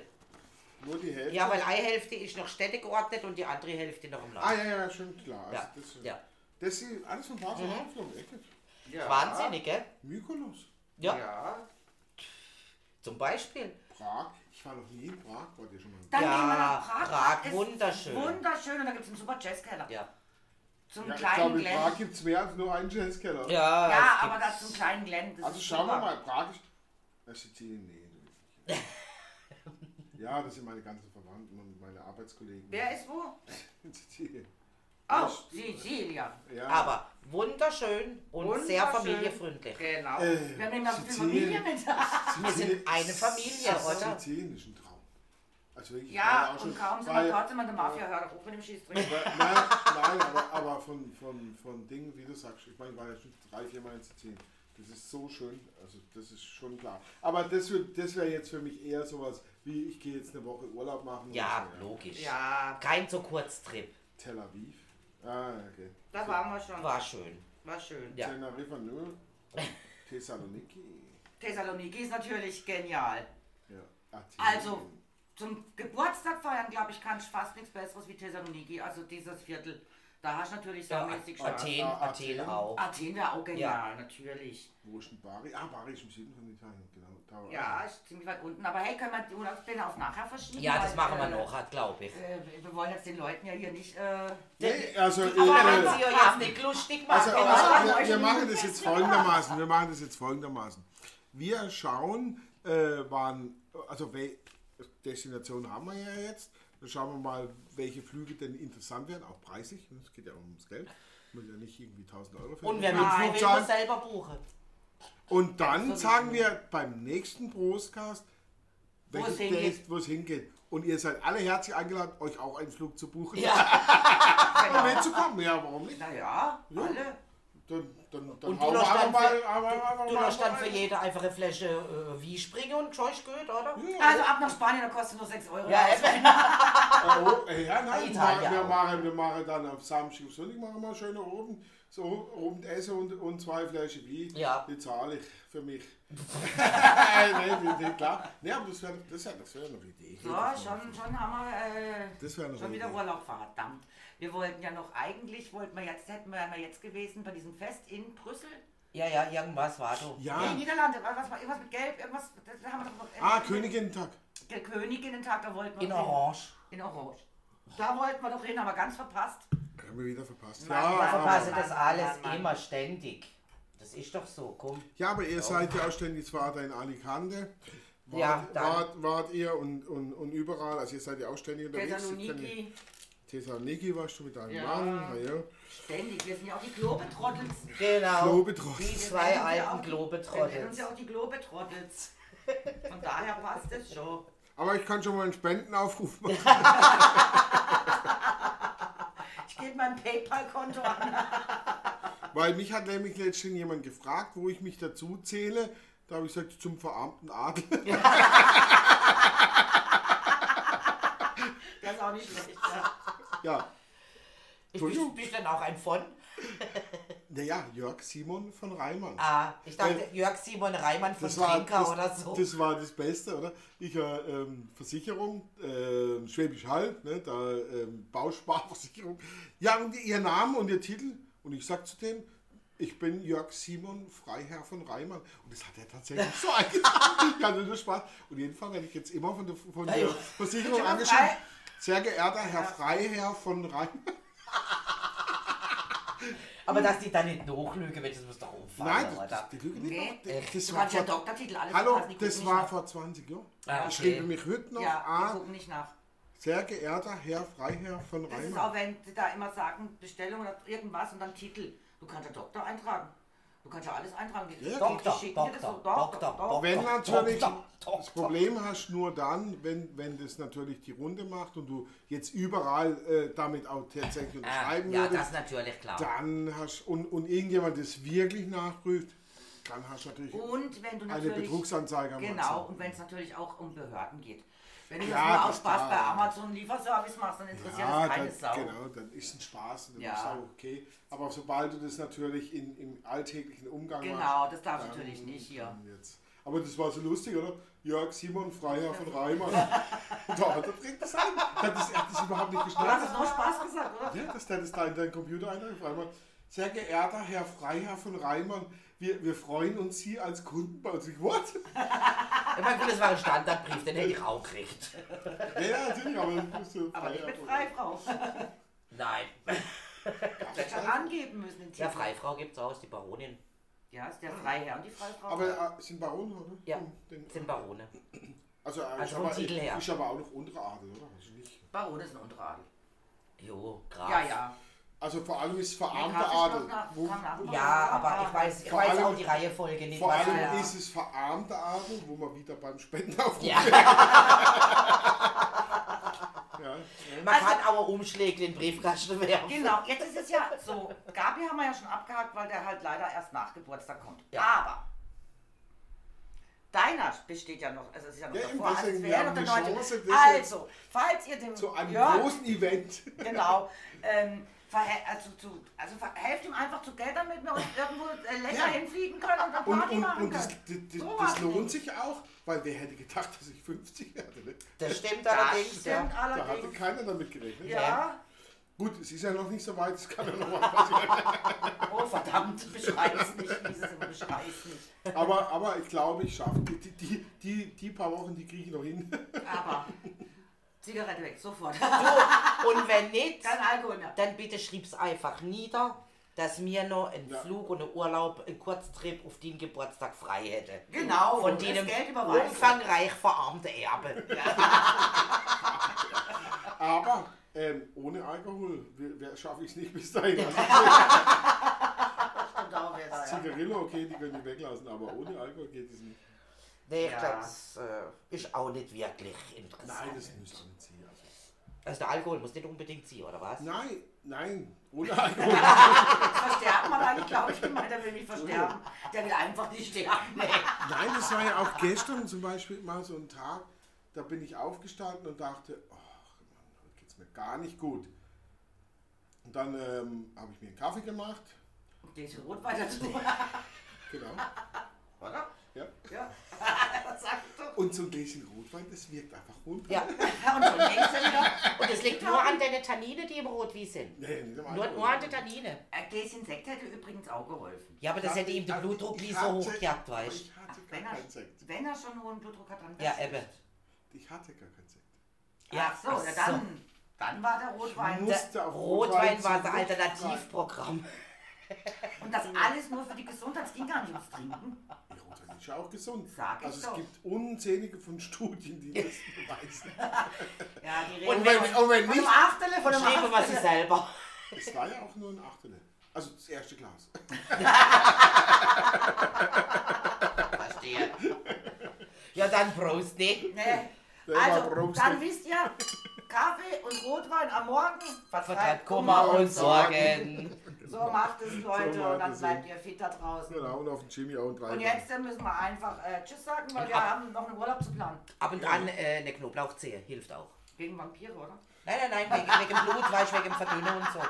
[SPEAKER 3] die Hälfte.
[SPEAKER 1] Ja, weil eine Hälfte ist nach Städte geordnet und die andere Hälfte noch im
[SPEAKER 3] ah,
[SPEAKER 1] Land.
[SPEAKER 3] ja, ja, schon klar. Also,
[SPEAKER 1] Ja,
[SPEAKER 3] das,
[SPEAKER 1] ja.
[SPEAKER 3] das ist alles von Basel mhm. angeflogen, echt.
[SPEAKER 2] Ja.
[SPEAKER 1] Wahnsinnig, gell?
[SPEAKER 3] Mykonos,
[SPEAKER 1] Ja,
[SPEAKER 2] Ja.
[SPEAKER 1] zum Beispiel.
[SPEAKER 3] Prag, ich war noch nie in Prag, wart ihr schon mal?
[SPEAKER 2] Dann
[SPEAKER 1] Ja,
[SPEAKER 2] gehen wir nach Prag.
[SPEAKER 1] Prag,
[SPEAKER 2] Es ist
[SPEAKER 1] wunderschön.
[SPEAKER 2] Wunderschön und da gibt es einen super Jazzkeller.
[SPEAKER 1] Ja.
[SPEAKER 2] Zum
[SPEAKER 3] Ja, ich
[SPEAKER 2] kleinen
[SPEAKER 3] glaube, in Prag
[SPEAKER 2] Glenn.
[SPEAKER 3] gibt es mehr als nur einen Jazzkeller.
[SPEAKER 1] Ja,
[SPEAKER 2] Ja,
[SPEAKER 1] es
[SPEAKER 2] aber
[SPEAKER 1] gibt-
[SPEAKER 2] das zum kleinen Glenn. Das
[SPEAKER 3] Also
[SPEAKER 2] ist
[SPEAKER 3] schauen wir
[SPEAKER 2] super.
[SPEAKER 3] mal, Prag ist. Das ist die, nee, das ist nicht. ne, ja, das sind meine ganzen Verwandten und meine Arbeitskollegen.
[SPEAKER 2] Wer ist wo?
[SPEAKER 3] ist?
[SPEAKER 2] Oh, Sicilia.
[SPEAKER 3] E. Ja.
[SPEAKER 1] Aber wunderschön und sehr
[SPEAKER 2] Wunderschön.
[SPEAKER 1] familienfreundlich.
[SPEAKER 2] Genau.
[SPEAKER 3] Äh,
[SPEAKER 2] wir nehmen noch die Familie
[SPEAKER 3] Sizilien.
[SPEAKER 2] mit.
[SPEAKER 1] Wir
[SPEAKER 3] E.
[SPEAKER 1] sind eine Familie, oder?
[SPEAKER 3] Sizilien E, ist ein Traum. Also wirklich, ich war
[SPEAKER 2] Ja,
[SPEAKER 3] auch schon-
[SPEAKER 2] und kaum sind
[SPEAKER 3] war
[SPEAKER 2] wir
[SPEAKER 3] ja-
[SPEAKER 2] trotzdem an der Mafia, hör doch auf mit dem Schießtrick.
[SPEAKER 3] war- Nein, nein aber, aber von, von, von Dingen, wie du sagst, ich meine, ich war ja schon drei, vier Mal in Sizilien. Das ist so schön, also das ist schon klar. Aber das, wird- das wäre jetzt für mich eher sowas wie, ich gehe jetzt eine Woche Urlaub machen.
[SPEAKER 1] Ja,
[SPEAKER 3] oder so,
[SPEAKER 1] logisch.
[SPEAKER 2] Ja,
[SPEAKER 1] Kein so Kurztrip.
[SPEAKER 3] Tel Aviv. Ah, okay.
[SPEAKER 2] da waren wir schon.
[SPEAKER 1] War schön.
[SPEAKER 2] War schön.
[SPEAKER 1] Ja.
[SPEAKER 3] Teneriffa, nö. Thessaloniki.
[SPEAKER 2] Thessaloniki ist natürlich genial.
[SPEAKER 3] Ja. Athen.
[SPEAKER 2] Also, zum Geburtstag feiern, glaube ich, kann ich fast nichts Besseres wie Thessaloniki. Also dieses Viertel. Da hast du natürlich
[SPEAKER 1] Ja,
[SPEAKER 2] saumäßig Spaß.
[SPEAKER 1] Athen,
[SPEAKER 3] Ah,
[SPEAKER 1] Athen
[SPEAKER 3] Athen.
[SPEAKER 1] auch.
[SPEAKER 2] Athen wäre auch genial, natürlich.
[SPEAKER 3] Wo ist denn Bari? Ah, Bari ist im Süden von Italien, genau. Da war
[SPEAKER 2] Ja, ist ziemlich weit unten. Aber hey, können wir die Urlaubspläne auf nachher verschieben?
[SPEAKER 1] Ja, das
[SPEAKER 2] Weil,
[SPEAKER 1] machen wir
[SPEAKER 2] äh,
[SPEAKER 1] noch, glaube ich.
[SPEAKER 2] Äh, wir wollen jetzt den Leuten ja hier nicht... Äh,
[SPEAKER 3] Nee, also, äh,
[SPEAKER 1] Aber
[SPEAKER 2] äh,
[SPEAKER 1] wenn sie
[SPEAKER 3] also,
[SPEAKER 1] euch jetzt nicht lustig Genau. machen,
[SPEAKER 3] also
[SPEAKER 1] machen
[SPEAKER 3] wir,
[SPEAKER 1] wir
[SPEAKER 3] wir machen das jetzt folgendermaßen. Wir machen das jetzt folgendermaßen. Wir schauen, äh, wann, also wel- Destination haben wir ja jetzt. Dann schauen wir mal, welche Flüge denn interessant wären, auch preisig. Es geht ja auch ums Geld. Man muss ja nicht irgendwie 1000 Euro für
[SPEAKER 1] Und
[SPEAKER 3] den
[SPEAKER 1] wer mit dem
[SPEAKER 2] Nein,
[SPEAKER 1] Flug
[SPEAKER 3] Flug
[SPEAKER 1] will,
[SPEAKER 3] zahlen.
[SPEAKER 1] muss selber buchen.
[SPEAKER 3] Und dann sagen wir beim nächsten Brostcast, welches
[SPEAKER 2] es hingeht.
[SPEAKER 3] Date, wo es hingeht. Und ihr seid alle herzlich eingeladen, euch auch einen Flug zu buchen.
[SPEAKER 1] Ja. Genau.
[SPEAKER 3] Und mitzukommen, ja, warum nicht?
[SPEAKER 2] naja,
[SPEAKER 1] Hm?
[SPEAKER 3] Ja.
[SPEAKER 2] alle.
[SPEAKER 3] Dann, dann, dann
[SPEAKER 1] Und
[SPEAKER 3] hauen
[SPEAKER 1] du
[SPEAKER 3] wir
[SPEAKER 1] lässt
[SPEAKER 3] einfach
[SPEAKER 1] dann
[SPEAKER 3] mal,
[SPEAKER 1] für,
[SPEAKER 3] hauen wir einfach
[SPEAKER 1] du, du
[SPEAKER 3] mal
[SPEAKER 1] lässt dann für
[SPEAKER 3] rein.
[SPEAKER 1] jeder einfach eine Flasche äh, wie springen und Joyce geht, oder?
[SPEAKER 2] Also ab nach Spanien, da kostet nur 6 Euro.
[SPEAKER 1] Ja,
[SPEAKER 2] Also,
[SPEAKER 1] eben. Also-
[SPEAKER 3] Ah, oh, äh, ja, nein,
[SPEAKER 1] Italien
[SPEAKER 3] wir,
[SPEAKER 1] auch.
[SPEAKER 3] machen, wir machen dann am Samstag und Sonntag machen wir schöne Abend, so Abend essen und, und zwei Flaschen Wein.
[SPEAKER 1] Ja.
[SPEAKER 3] Die zahle ich für mich. Nein, nee, nee, klar. Nee, aber das wäre das wär, das wär noch eine Idee.
[SPEAKER 2] ja, schon, schon haben wir äh,
[SPEAKER 3] Das wäre noch
[SPEAKER 2] schon
[SPEAKER 3] eine
[SPEAKER 2] wieder
[SPEAKER 3] Idee.
[SPEAKER 2] Urlaub, verdammt. Wir wollten ja noch, eigentlich wollten wir jetzt, hätten wir ja jetzt gewesen bei diesem Fest in Brüssel.
[SPEAKER 1] Ja, ja, irgendwas war du.
[SPEAKER 3] Ja.
[SPEAKER 2] Nee, Niederlande, was was war irgendwas mit Gelb, irgendwas, das haben wir doch noch. äh,
[SPEAKER 3] Ah, Königinnen-Tag.
[SPEAKER 2] Der Königin den Tag, da wollten wir
[SPEAKER 1] In
[SPEAKER 2] doch hin.
[SPEAKER 1] Orange.
[SPEAKER 2] In Orange. Da wollten wir doch hin, aber ganz verpasst.
[SPEAKER 3] haben wir wieder verpasst.
[SPEAKER 2] Mann,
[SPEAKER 1] Ich
[SPEAKER 2] Mann,
[SPEAKER 1] verpasse
[SPEAKER 3] aber,
[SPEAKER 2] Mann,
[SPEAKER 1] Also, das alles
[SPEAKER 2] Mann, Mann.
[SPEAKER 1] immer ständig. Das ist doch so, komm.
[SPEAKER 3] ja, aber ihr seid ja auch ständig zwar in Alicante. Wart,
[SPEAKER 1] Ja, dann.
[SPEAKER 3] wart, wart ihr und, und, und überall, also ihr seid ja auch ständig unterwegs.
[SPEAKER 2] Thessaloniki,
[SPEAKER 3] Thessaloniki warst du mit deinem
[SPEAKER 2] Ja.
[SPEAKER 3] Mann. Na ja.
[SPEAKER 2] ständig, wir sind ja auch die Globetrottels.
[SPEAKER 1] Genau.
[SPEAKER 3] Globetrotter.
[SPEAKER 1] Die zwei
[SPEAKER 2] Wir nennen sie
[SPEAKER 1] alten
[SPEAKER 2] auch die- Wir nennen
[SPEAKER 1] Globetrottels.
[SPEAKER 2] sie auch die Globetrottels. Von daher passt es schon.
[SPEAKER 3] Aber ich kann schon mal einen Spendenaufruf machen.
[SPEAKER 2] Ich gebe mein PayPal-Konto an.
[SPEAKER 3] Weil mich hat nämlich letztens jemand gefragt, wo ich mich dazu zähle. Da habe ich gesagt, zum verarmten Adel.
[SPEAKER 2] Das ist auch nicht schlecht. ja.
[SPEAKER 3] ja,
[SPEAKER 1] Ich bist, bist dann auch ein von?
[SPEAKER 3] naja, Jörg Simon von Reimann.
[SPEAKER 1] Ah, ich dachte Jörg Simon Reimann von Trinker
[SPEAKER 3] Äh, das,
[SPEAKER 1] oder so.
[SPEAKER 3] das war das Beste, oder? Ich äh, ähm, Versicherung, ähm, Schwäbisch Hall, ne, da ähm, Bausparversicherung. Ja, und ihr Name und ihr Titel. Und ich sag zu dem, ich bin Jörg Simon, Freiherr von Reimann. Und das hat er tatsächlich so eingetragen. Ich hatte nur Spaß. Und jedenfalls werde ich jetzt immer von der, von der
[SPEAKER 1] ja.
[SPEAKER 3] Versicherung
[SPEAKER 2] Schon mal
[SPEAKER 3] angeschrieben.
[SPEAKER 2] frei?
[SPEAKER 3] Sehr geehrter Herr Freiherr von Reimann.
[SPEAKER 1] Aber dass die dann nicht nachlügen, wenn das muss doch umfallen,
[SPEAKER 3] Nein, das, das,
[SPEAKER 1] oder?
[SPEAKER 3] die Lüge nicht.
[SPEAKER 2] Nee,
[SPEAKER 3] noch. Das,
[SPEAKER 2] du
[SPEAKER 3] war
[SPEAKER 2] kannst ja
[SPEAKER 3] vor,
[SPEAKER 2] Doktortitel alles
[SPEAKER 3] hallo,
[SPEAKER 2] anpassen, die
[SPEAKER 3] das
[SPEAKER 2] gucken
[SPEAKER 3] war
[SPEAKER 2] nicht
[SPEAKER 3] vor 20 Jahren.
[SPEAKER 1] Ah,
[SPEAKER 3] Ich
[SPEAKER 1] okay.
[SPEAKER 3] schreibe mich heute noch
[SPEAKER 2] nach. Ja, die
[SPEAKER 3] an.
[SPEAKER 2] gucken nicht nach.
[SPEAKER 3] Sehr geehrter Herr Freiherr von
[SPEAKER 2] Das ist
[SPEAKER 3] Reimann.
[SPEAKER 2] auch, wenn sie da immer sagen, Bestellung oder irgendwas und dann Titel. Du kannst ja Doktor eintragen. Du kannst ja alles eintragen. Die,
[SPEAKER 3] Ja,
[SPEAKER 2] die
[SPEAKER 1] Doktor,
[SPEAKER 2] schicken dir das so,
[SPEAKER 1] Doktor, Doktor, Doktor.
[SPEAKER 3] Wenn natürlich
[SPEAKER 1] Doktor, Doktor.
[SPEAKER 3] das Problem hast, nur dann, wenn, wenn das natürlich die Runde macht und du jetzt überall äh, damit auch tatsächlich
[SPEAKER 1] Ah,
[SPEAKER 3] unterschreiben
[SPEAKER 1] ja, das
[SPEAKER 3] würdest,
[SPEAKER 1] natürlich klar.
[SPEAKER 3] dann hast und, und irgendjemand das wirklich nachprüft, dann hast du natürlich
[SPEAKER 2] Und wenn du
[SPEAKER 3] eine
[SPEAKER 2] natürlich...
[SPEAKER 3] Betrugsanzeige am
[SPEAKER 2] Genau,
[SPEAKER 3] Anzeigen.
[SPEAKER 2] und wenn es natürlich auch um Behörden geht. Wenn du
[SPEAKER 3] Ja,
[SPEAKER 2] das nur
[SPEAKER 3] das
[SPEAKER 2] aus Spaß
[SPEAKER 3] klar.
[SPEAKER 2] bei Amazon Lieferservice machst, dann interessiert
[SPEAKER 3] Ja,
[SPEAKER 2] das keine
[SPEAKER 3] dann,
[SPEAKER 2] Sau.
[SPEAKER 3] genau, dann ist ein Spaß und dann
[SPEAKER 2] Ja.
[SPEAKER 3] ist auch okay. Aber sobald du das natürlich in, im alltäglichen Umgang machst.
[SPEAKER 2] Genau, das darf ich
[SPEAKER 3] dann-
[SPEAKER 2] natürlich nicht hier.
[SPEAKER 3] Jetzt. Aber das war so lustig, oder? Jörg Simon, Freiherr von Reimann. da hat er drin das an. Hat das, hat das überhaupt nicht
[SPEAKER 2] Du hast
[SPEAKER 3] geschnallt?
[SPEAKER 2] es noch Spaß gesagt, oder?
[SPEAKER 3] Ja, das hat das da in deinen Computer eintragen. Freimann. Sehr geehrter Herr Freiherr von Reimann, wir, wir freuen uns, Sie als Kunden bei uns. Ich, What?
[SPEAKER 1] Ich meine, gut, das war ein Standardbrief, den hätte ich auch gekriegt.
[SPEAKER 3] Ja, natürlich, aber das ist so
[SPEAKER 2] Aber nicht mit
[SPEAKER 3] von-
[SPEAKER 2] Freifrau.
[SPEAKER 1] Nein.
[SPEAKER 2] Das hätte schon angeben müssen den Titel.
[SPEAKER 1] Ja, Freifrau gibt's auch, ist die Baronin.
[SPEAKER 2] Ja, ist der Freiherr und die Freifrau.
[SPEAKER 3] Aber äh, sind Baron, oder? Hm,
[SPEAKER 1] Ja,
[SPEAKER 3] Den-
[SPEAKER 1] sind Barone.
[SPEAKER 3] Also, äh, ich,
[SPEAKER 1] vom
[SPEAKER 3] aber,
[SPEAKER 1] Titel
[SPEAKER 3] ich,
[SPEAKER 1] her.
[SPEAKER 3] ich aber auch noch untere Adel, oder? Also, nicht.
[SPEAKER 2] Baron ist ein Unteradel.
[SPEAKER 1] Jo, Graf.
[SPEAKER 2] Ja, ja.
[SPEAKER 3] also vor allem ist
[SPEAKER 2] Nee,
[SPEAKER 3] verarmte
[SPEAKER 2] Graf ist noch
[SPEAKER 3] Adel.
[SPEAKER 2] nach-
[SPEAKER 3] Wo,
[SPEAKER 2] kam nach-
[SPEAKER 1] Ja, aber ich weiß, ich
[SPEAKER 3] Vor
[SPEAKER 1] weiß auch
[SPEAKER 3] allem-
[SPEAKER 1] die Reihefolge nicht.
[SPEAKER 3] vor
[SPEAKER 1] was-
[SPEAKER 3] allem
[SPEAKER 2] ja.
[SPEAKER 3] ist es verarmte Adel, wo man wieder beim Spendenaufruf
[SPEAKER 1] Ja.
[SPEAKER 3] ja.
[SPEAKER 1] Man kann aber Umschläge in den Briefkasten werfen.
[SPEAKER 2] Genau, jetzt ist es ja so. Gabi haben wir ja schon abgehakt, weil der halt leider erst nach Geburtstag kommt.
[SPEAKER 1] Ja.
[SPEAKER 2] Aber deiner besteht ja noch, also es ist ja noch
[SPEAKER 3] Ja, eben,
[SPEAKER 2] davor, also es
[SPEAKER 3] deswegen, wir
[SPEAKER 2] wäre
[SPEAKER 3] haben
[SPEAKER 2] noch der
[SPEAKER 3] eine
[SPEAKER 2] neunte.
[SPEAKER 3] Chance, das
[SPEAKER 2] Also, falls ihr dem
[SPEAKER 3] Zu einem
[SPEAKER 2] Jörg,
[SPEAKER 3] großen Event.
[SPEAKER 2] genau, ähm, verhe- also, zu, also verhelft ihm einfach zu Geld, damit wir uns irgendwo äh, länger
[SPEAKER 3] Ja.
[SPEAKER 2] hinfliegen können und dann
[SPEAKER 3] Und,
[SPEAKER 2] Party
[SPEAKER 3] und,
[SPEAKER 2] machen
[SPEAKER 3] und das, das,
[SPEAKER 2] können.
[SPEAKER 3] das,
[SPEAKER 2] So
[SPEAKER 3] das
[SPEAKER 2] was
[SPEAKER 3] lohnt
[SPEAKER 2] nämlich.
[SPEAKER 3] sich auch, weil wer hätte gedacht, dass ich 50 werde. Ne?
[SPEAKER 1] Das stimmt
[SPEAKER 2] Das
[SPEAKER 1] allerdings.
[SPEAKER 2] stimmt
[SPEAKER 1] Ja.
[SPEAKER 3] Da hatte
[SPEAKER 2] allerdings.
[SPEAKER 3] keiner damit gerechnet.
[SPEAKER 2] Ja,
[SPEAKER 3] Gut, es ist ja noch nicht so weit, es kann ja noch mal passieren.
[SPEAKER 2] oh verdammt, beschrei's nicht, dieses immer beschrei's nicht.
[SPEAKER 3] Aber, aber ich glaube, ich schaffe die, die- die, die, die paar Wochen, die kriege ich noch hin.
[SPEAKER 2] Aber Zigarette weg, sofort.
[SPEAKER 1] Und wenn nicht,
[SPEAKER 2] Kein Alkohol mehr.
[SPEAKER 1] dann bitte schrieb's einfach nieder, dass mir noch ein
[SPEAKER 3] Ja.
[SPEAKER 1] Flug und ein Urlaub, ein Kurztrip auf den Geburtstag frei hätte.
[SPEAKER 2] Genau,
[SPEAKER 1] Von
[SPEAKER 2] das
[SPEAKER 1] denen
[SPEAKER 2] Geld überweisen.
[SPEAKER 1] umfangreich verarmte Erbe.
[SPEAKER 3] Aber ähm, ohne Alkohol wir- wir- schaffe ich es nicht bis dahin. Also,
[SPEAKER 2] Und darauf jetzt.
[SPEAKER 3] Zigarillo, okay, die können die weglassen, aber ohne Alkohol geht es nicht.
[SPEAKER 1] Nee,
[SPEAKER 2] Ja.
[SPEAKER 1] das äh, ist auch nicht wirklich interessant.
[SPEAKER 3] Nein, das müsste man ziehen. Also.
[SPEAKER 1] Also der Alkohol muss nicht unbedingt ziehen, oder was?
[SPEAKER 3] Nein, nein, ohne Alkohol.
[SPEAKER 2] Versterben hat er nicht, glaube ich, gemeint, er will nicht versterben. Der will einfach nicht sterben.
[SPEAKER 3] Nein, das war ja auch gestern zum Beispiel mal so ein Tag, da bin ich aufgestanden und dachte, ach Mann, heute geht's mir gar nicht gut. Und dann ähm, habe ich mir einen Kaffee gemacht,
[SPEAKER 2] Der ist rot weiter zu.
[SPEAKER 3] genau,
[SPEAKER 2] Oder?
[SPEAKER 3] ja.
[SPEAKER 2] Ja. Das sagt doch.
[SPEAKER 3] Und so ein Gläschen Rotwein, das wirkt einfach runter.
[SPEAKER 1] Ja.
[SPEAKER 2] Und schon links wieder.
[SPEAKER 1] Und das liegt nur an deinen Tannine, die im Rotwein sind.
[SPEAKER 3] Nee, nicht am
[SPEAKER 1] Nur,
[SPEAKER 3] Alkohol.
[SPEAKER 1] nur an den Tannine.
[SPEAKER 2] Ein Äh, Gläschen Sekt hätte übrigens auch geholfen.
[SPEAKER 1] Ja, aber das hätte ihm den
[SPEAKER 3] Ich hatte-
[SPEAKER 1] Blutdruck
[SPEAKER 3] ich
[SPEAKER 1] nie so
[SPEAKER 3] hatte-
[SPEAKER 1] hochgejagt, weißt
[SPEAKER 3] Ich hatte
[SPEAKER 2] Wenn
[SPEAKER 3] gar
[SPEAKER 2] er,
[SPEAKER 3] keinen Sekt.
[SPEAKER 2] wenn er schon hohen Blutdruck hat, dann
[SPEAKER 1] du. Ja,
[SPEAKER 2] besser.
[SPEAKER 1] eben.
[SPEAKER 3] Ich hatte gar keinen Sekt.
[SPEAKER 2] Ja,
[SPEAKER 1] Ja,
[SPEAKER 2] so,
[SPEAKER 1] ach
[SPEAKER 2] ja,
[SPEAKER 1] so.
[SPEAKER 2] dann. Dann war der Rotwein.
[SPEAKER 3] Muss- Musste auf
[SPEAKER 1] Rotwein
[SPEAKER 3] Rotwein
[SPEAKER 1] war das
[SPEAKER 3] zurück-
[SPEAKER 1] Alternativprogramm.
[SPEAKER 2] Und das alles nur für die Gesundheit. Es ging gar nicht ums Trinken.
[SPEAKER 3] Ja, Rotwein ist ja auch gesund.
[SPEAKER 2] Sag ich
[SPEAKER 3] also es
[SPEAKER 2] doch.
[SPEAKER 3] gibt unzählige von Studien, die das beweisen. Oh
[SPEAKER 2] Ja, die
[SPEAKER 1] Und
[SPEAKER 2] reden
[SPEAKER 1] wenn-
[SPEAKER 2] von-
[SPEAKER 1] und wenn
[SPEAKER 2] von
[SPEAKER 1] nicht,
[SPEAKER 2] einem Achtele, von einem
[SPEAKER 1] Schäme was ich
[SPEAKER 2] Achtele.
[SPEAKER 1] selber.
[SPEAKER 3] es war ja auch nur ein Achtel. Also das erste Glas.
[SPEAKER 1] Verstehe. Ja, dann Prost, ne?
[SPEAKER 2] Nee.
[SPEAKER 3] Selber
[SPEAKER 2] Also,
[SPEAKER 3] brumst
[SPEAKER 2] dann
[SPEAKER 3] du.
[SPEAKER 2] wisst ihr, Kaffee und Rotwein am Morgen
[SPEAKER 1] Vertreibt Kummer und Sorgen.
[SPEAKER 2] So macht es, Leute,
[SPEAKER 3] So macht
[SPEAKER 2] und dann
[SPEAKER 3] es
[SPEAKER 2] bleibt ihr fit da draußen.
[SPEAKER 3] Genau, und auf den Jimmy auch ein drei.
[SPEAKER 2] Und jetzt äh, müssen wir einfach äh, Tschüss sagen, weil wir haben noch einen Urlaub zu planen.
[SPEAKER 1] Ab und an äh, eine Knoblauchzehe hilft auch.
[SPEAKER 2] Gegen Vampire, oder?
[SPEAKER 1] Nein, nein, nein, wegen, wegen Blut, weil ich wegen Verdünnung und so.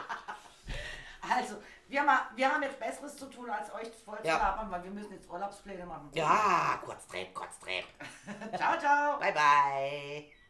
[SPEAKER 2] Also, wir haben, wir haben jetzt Besseres zu tun, als euch voll zu
[SPEAKER 1] Ja.
[SPEAKER 2] labern, weil wir müssen jetzt Urlaubspläne machen.
[SPEAKER 1] Ja, kurz drehen, kurz drehen.
[SPEAKER 2] Ciao, ciao.
[SPEAKER 1] Bye, bye.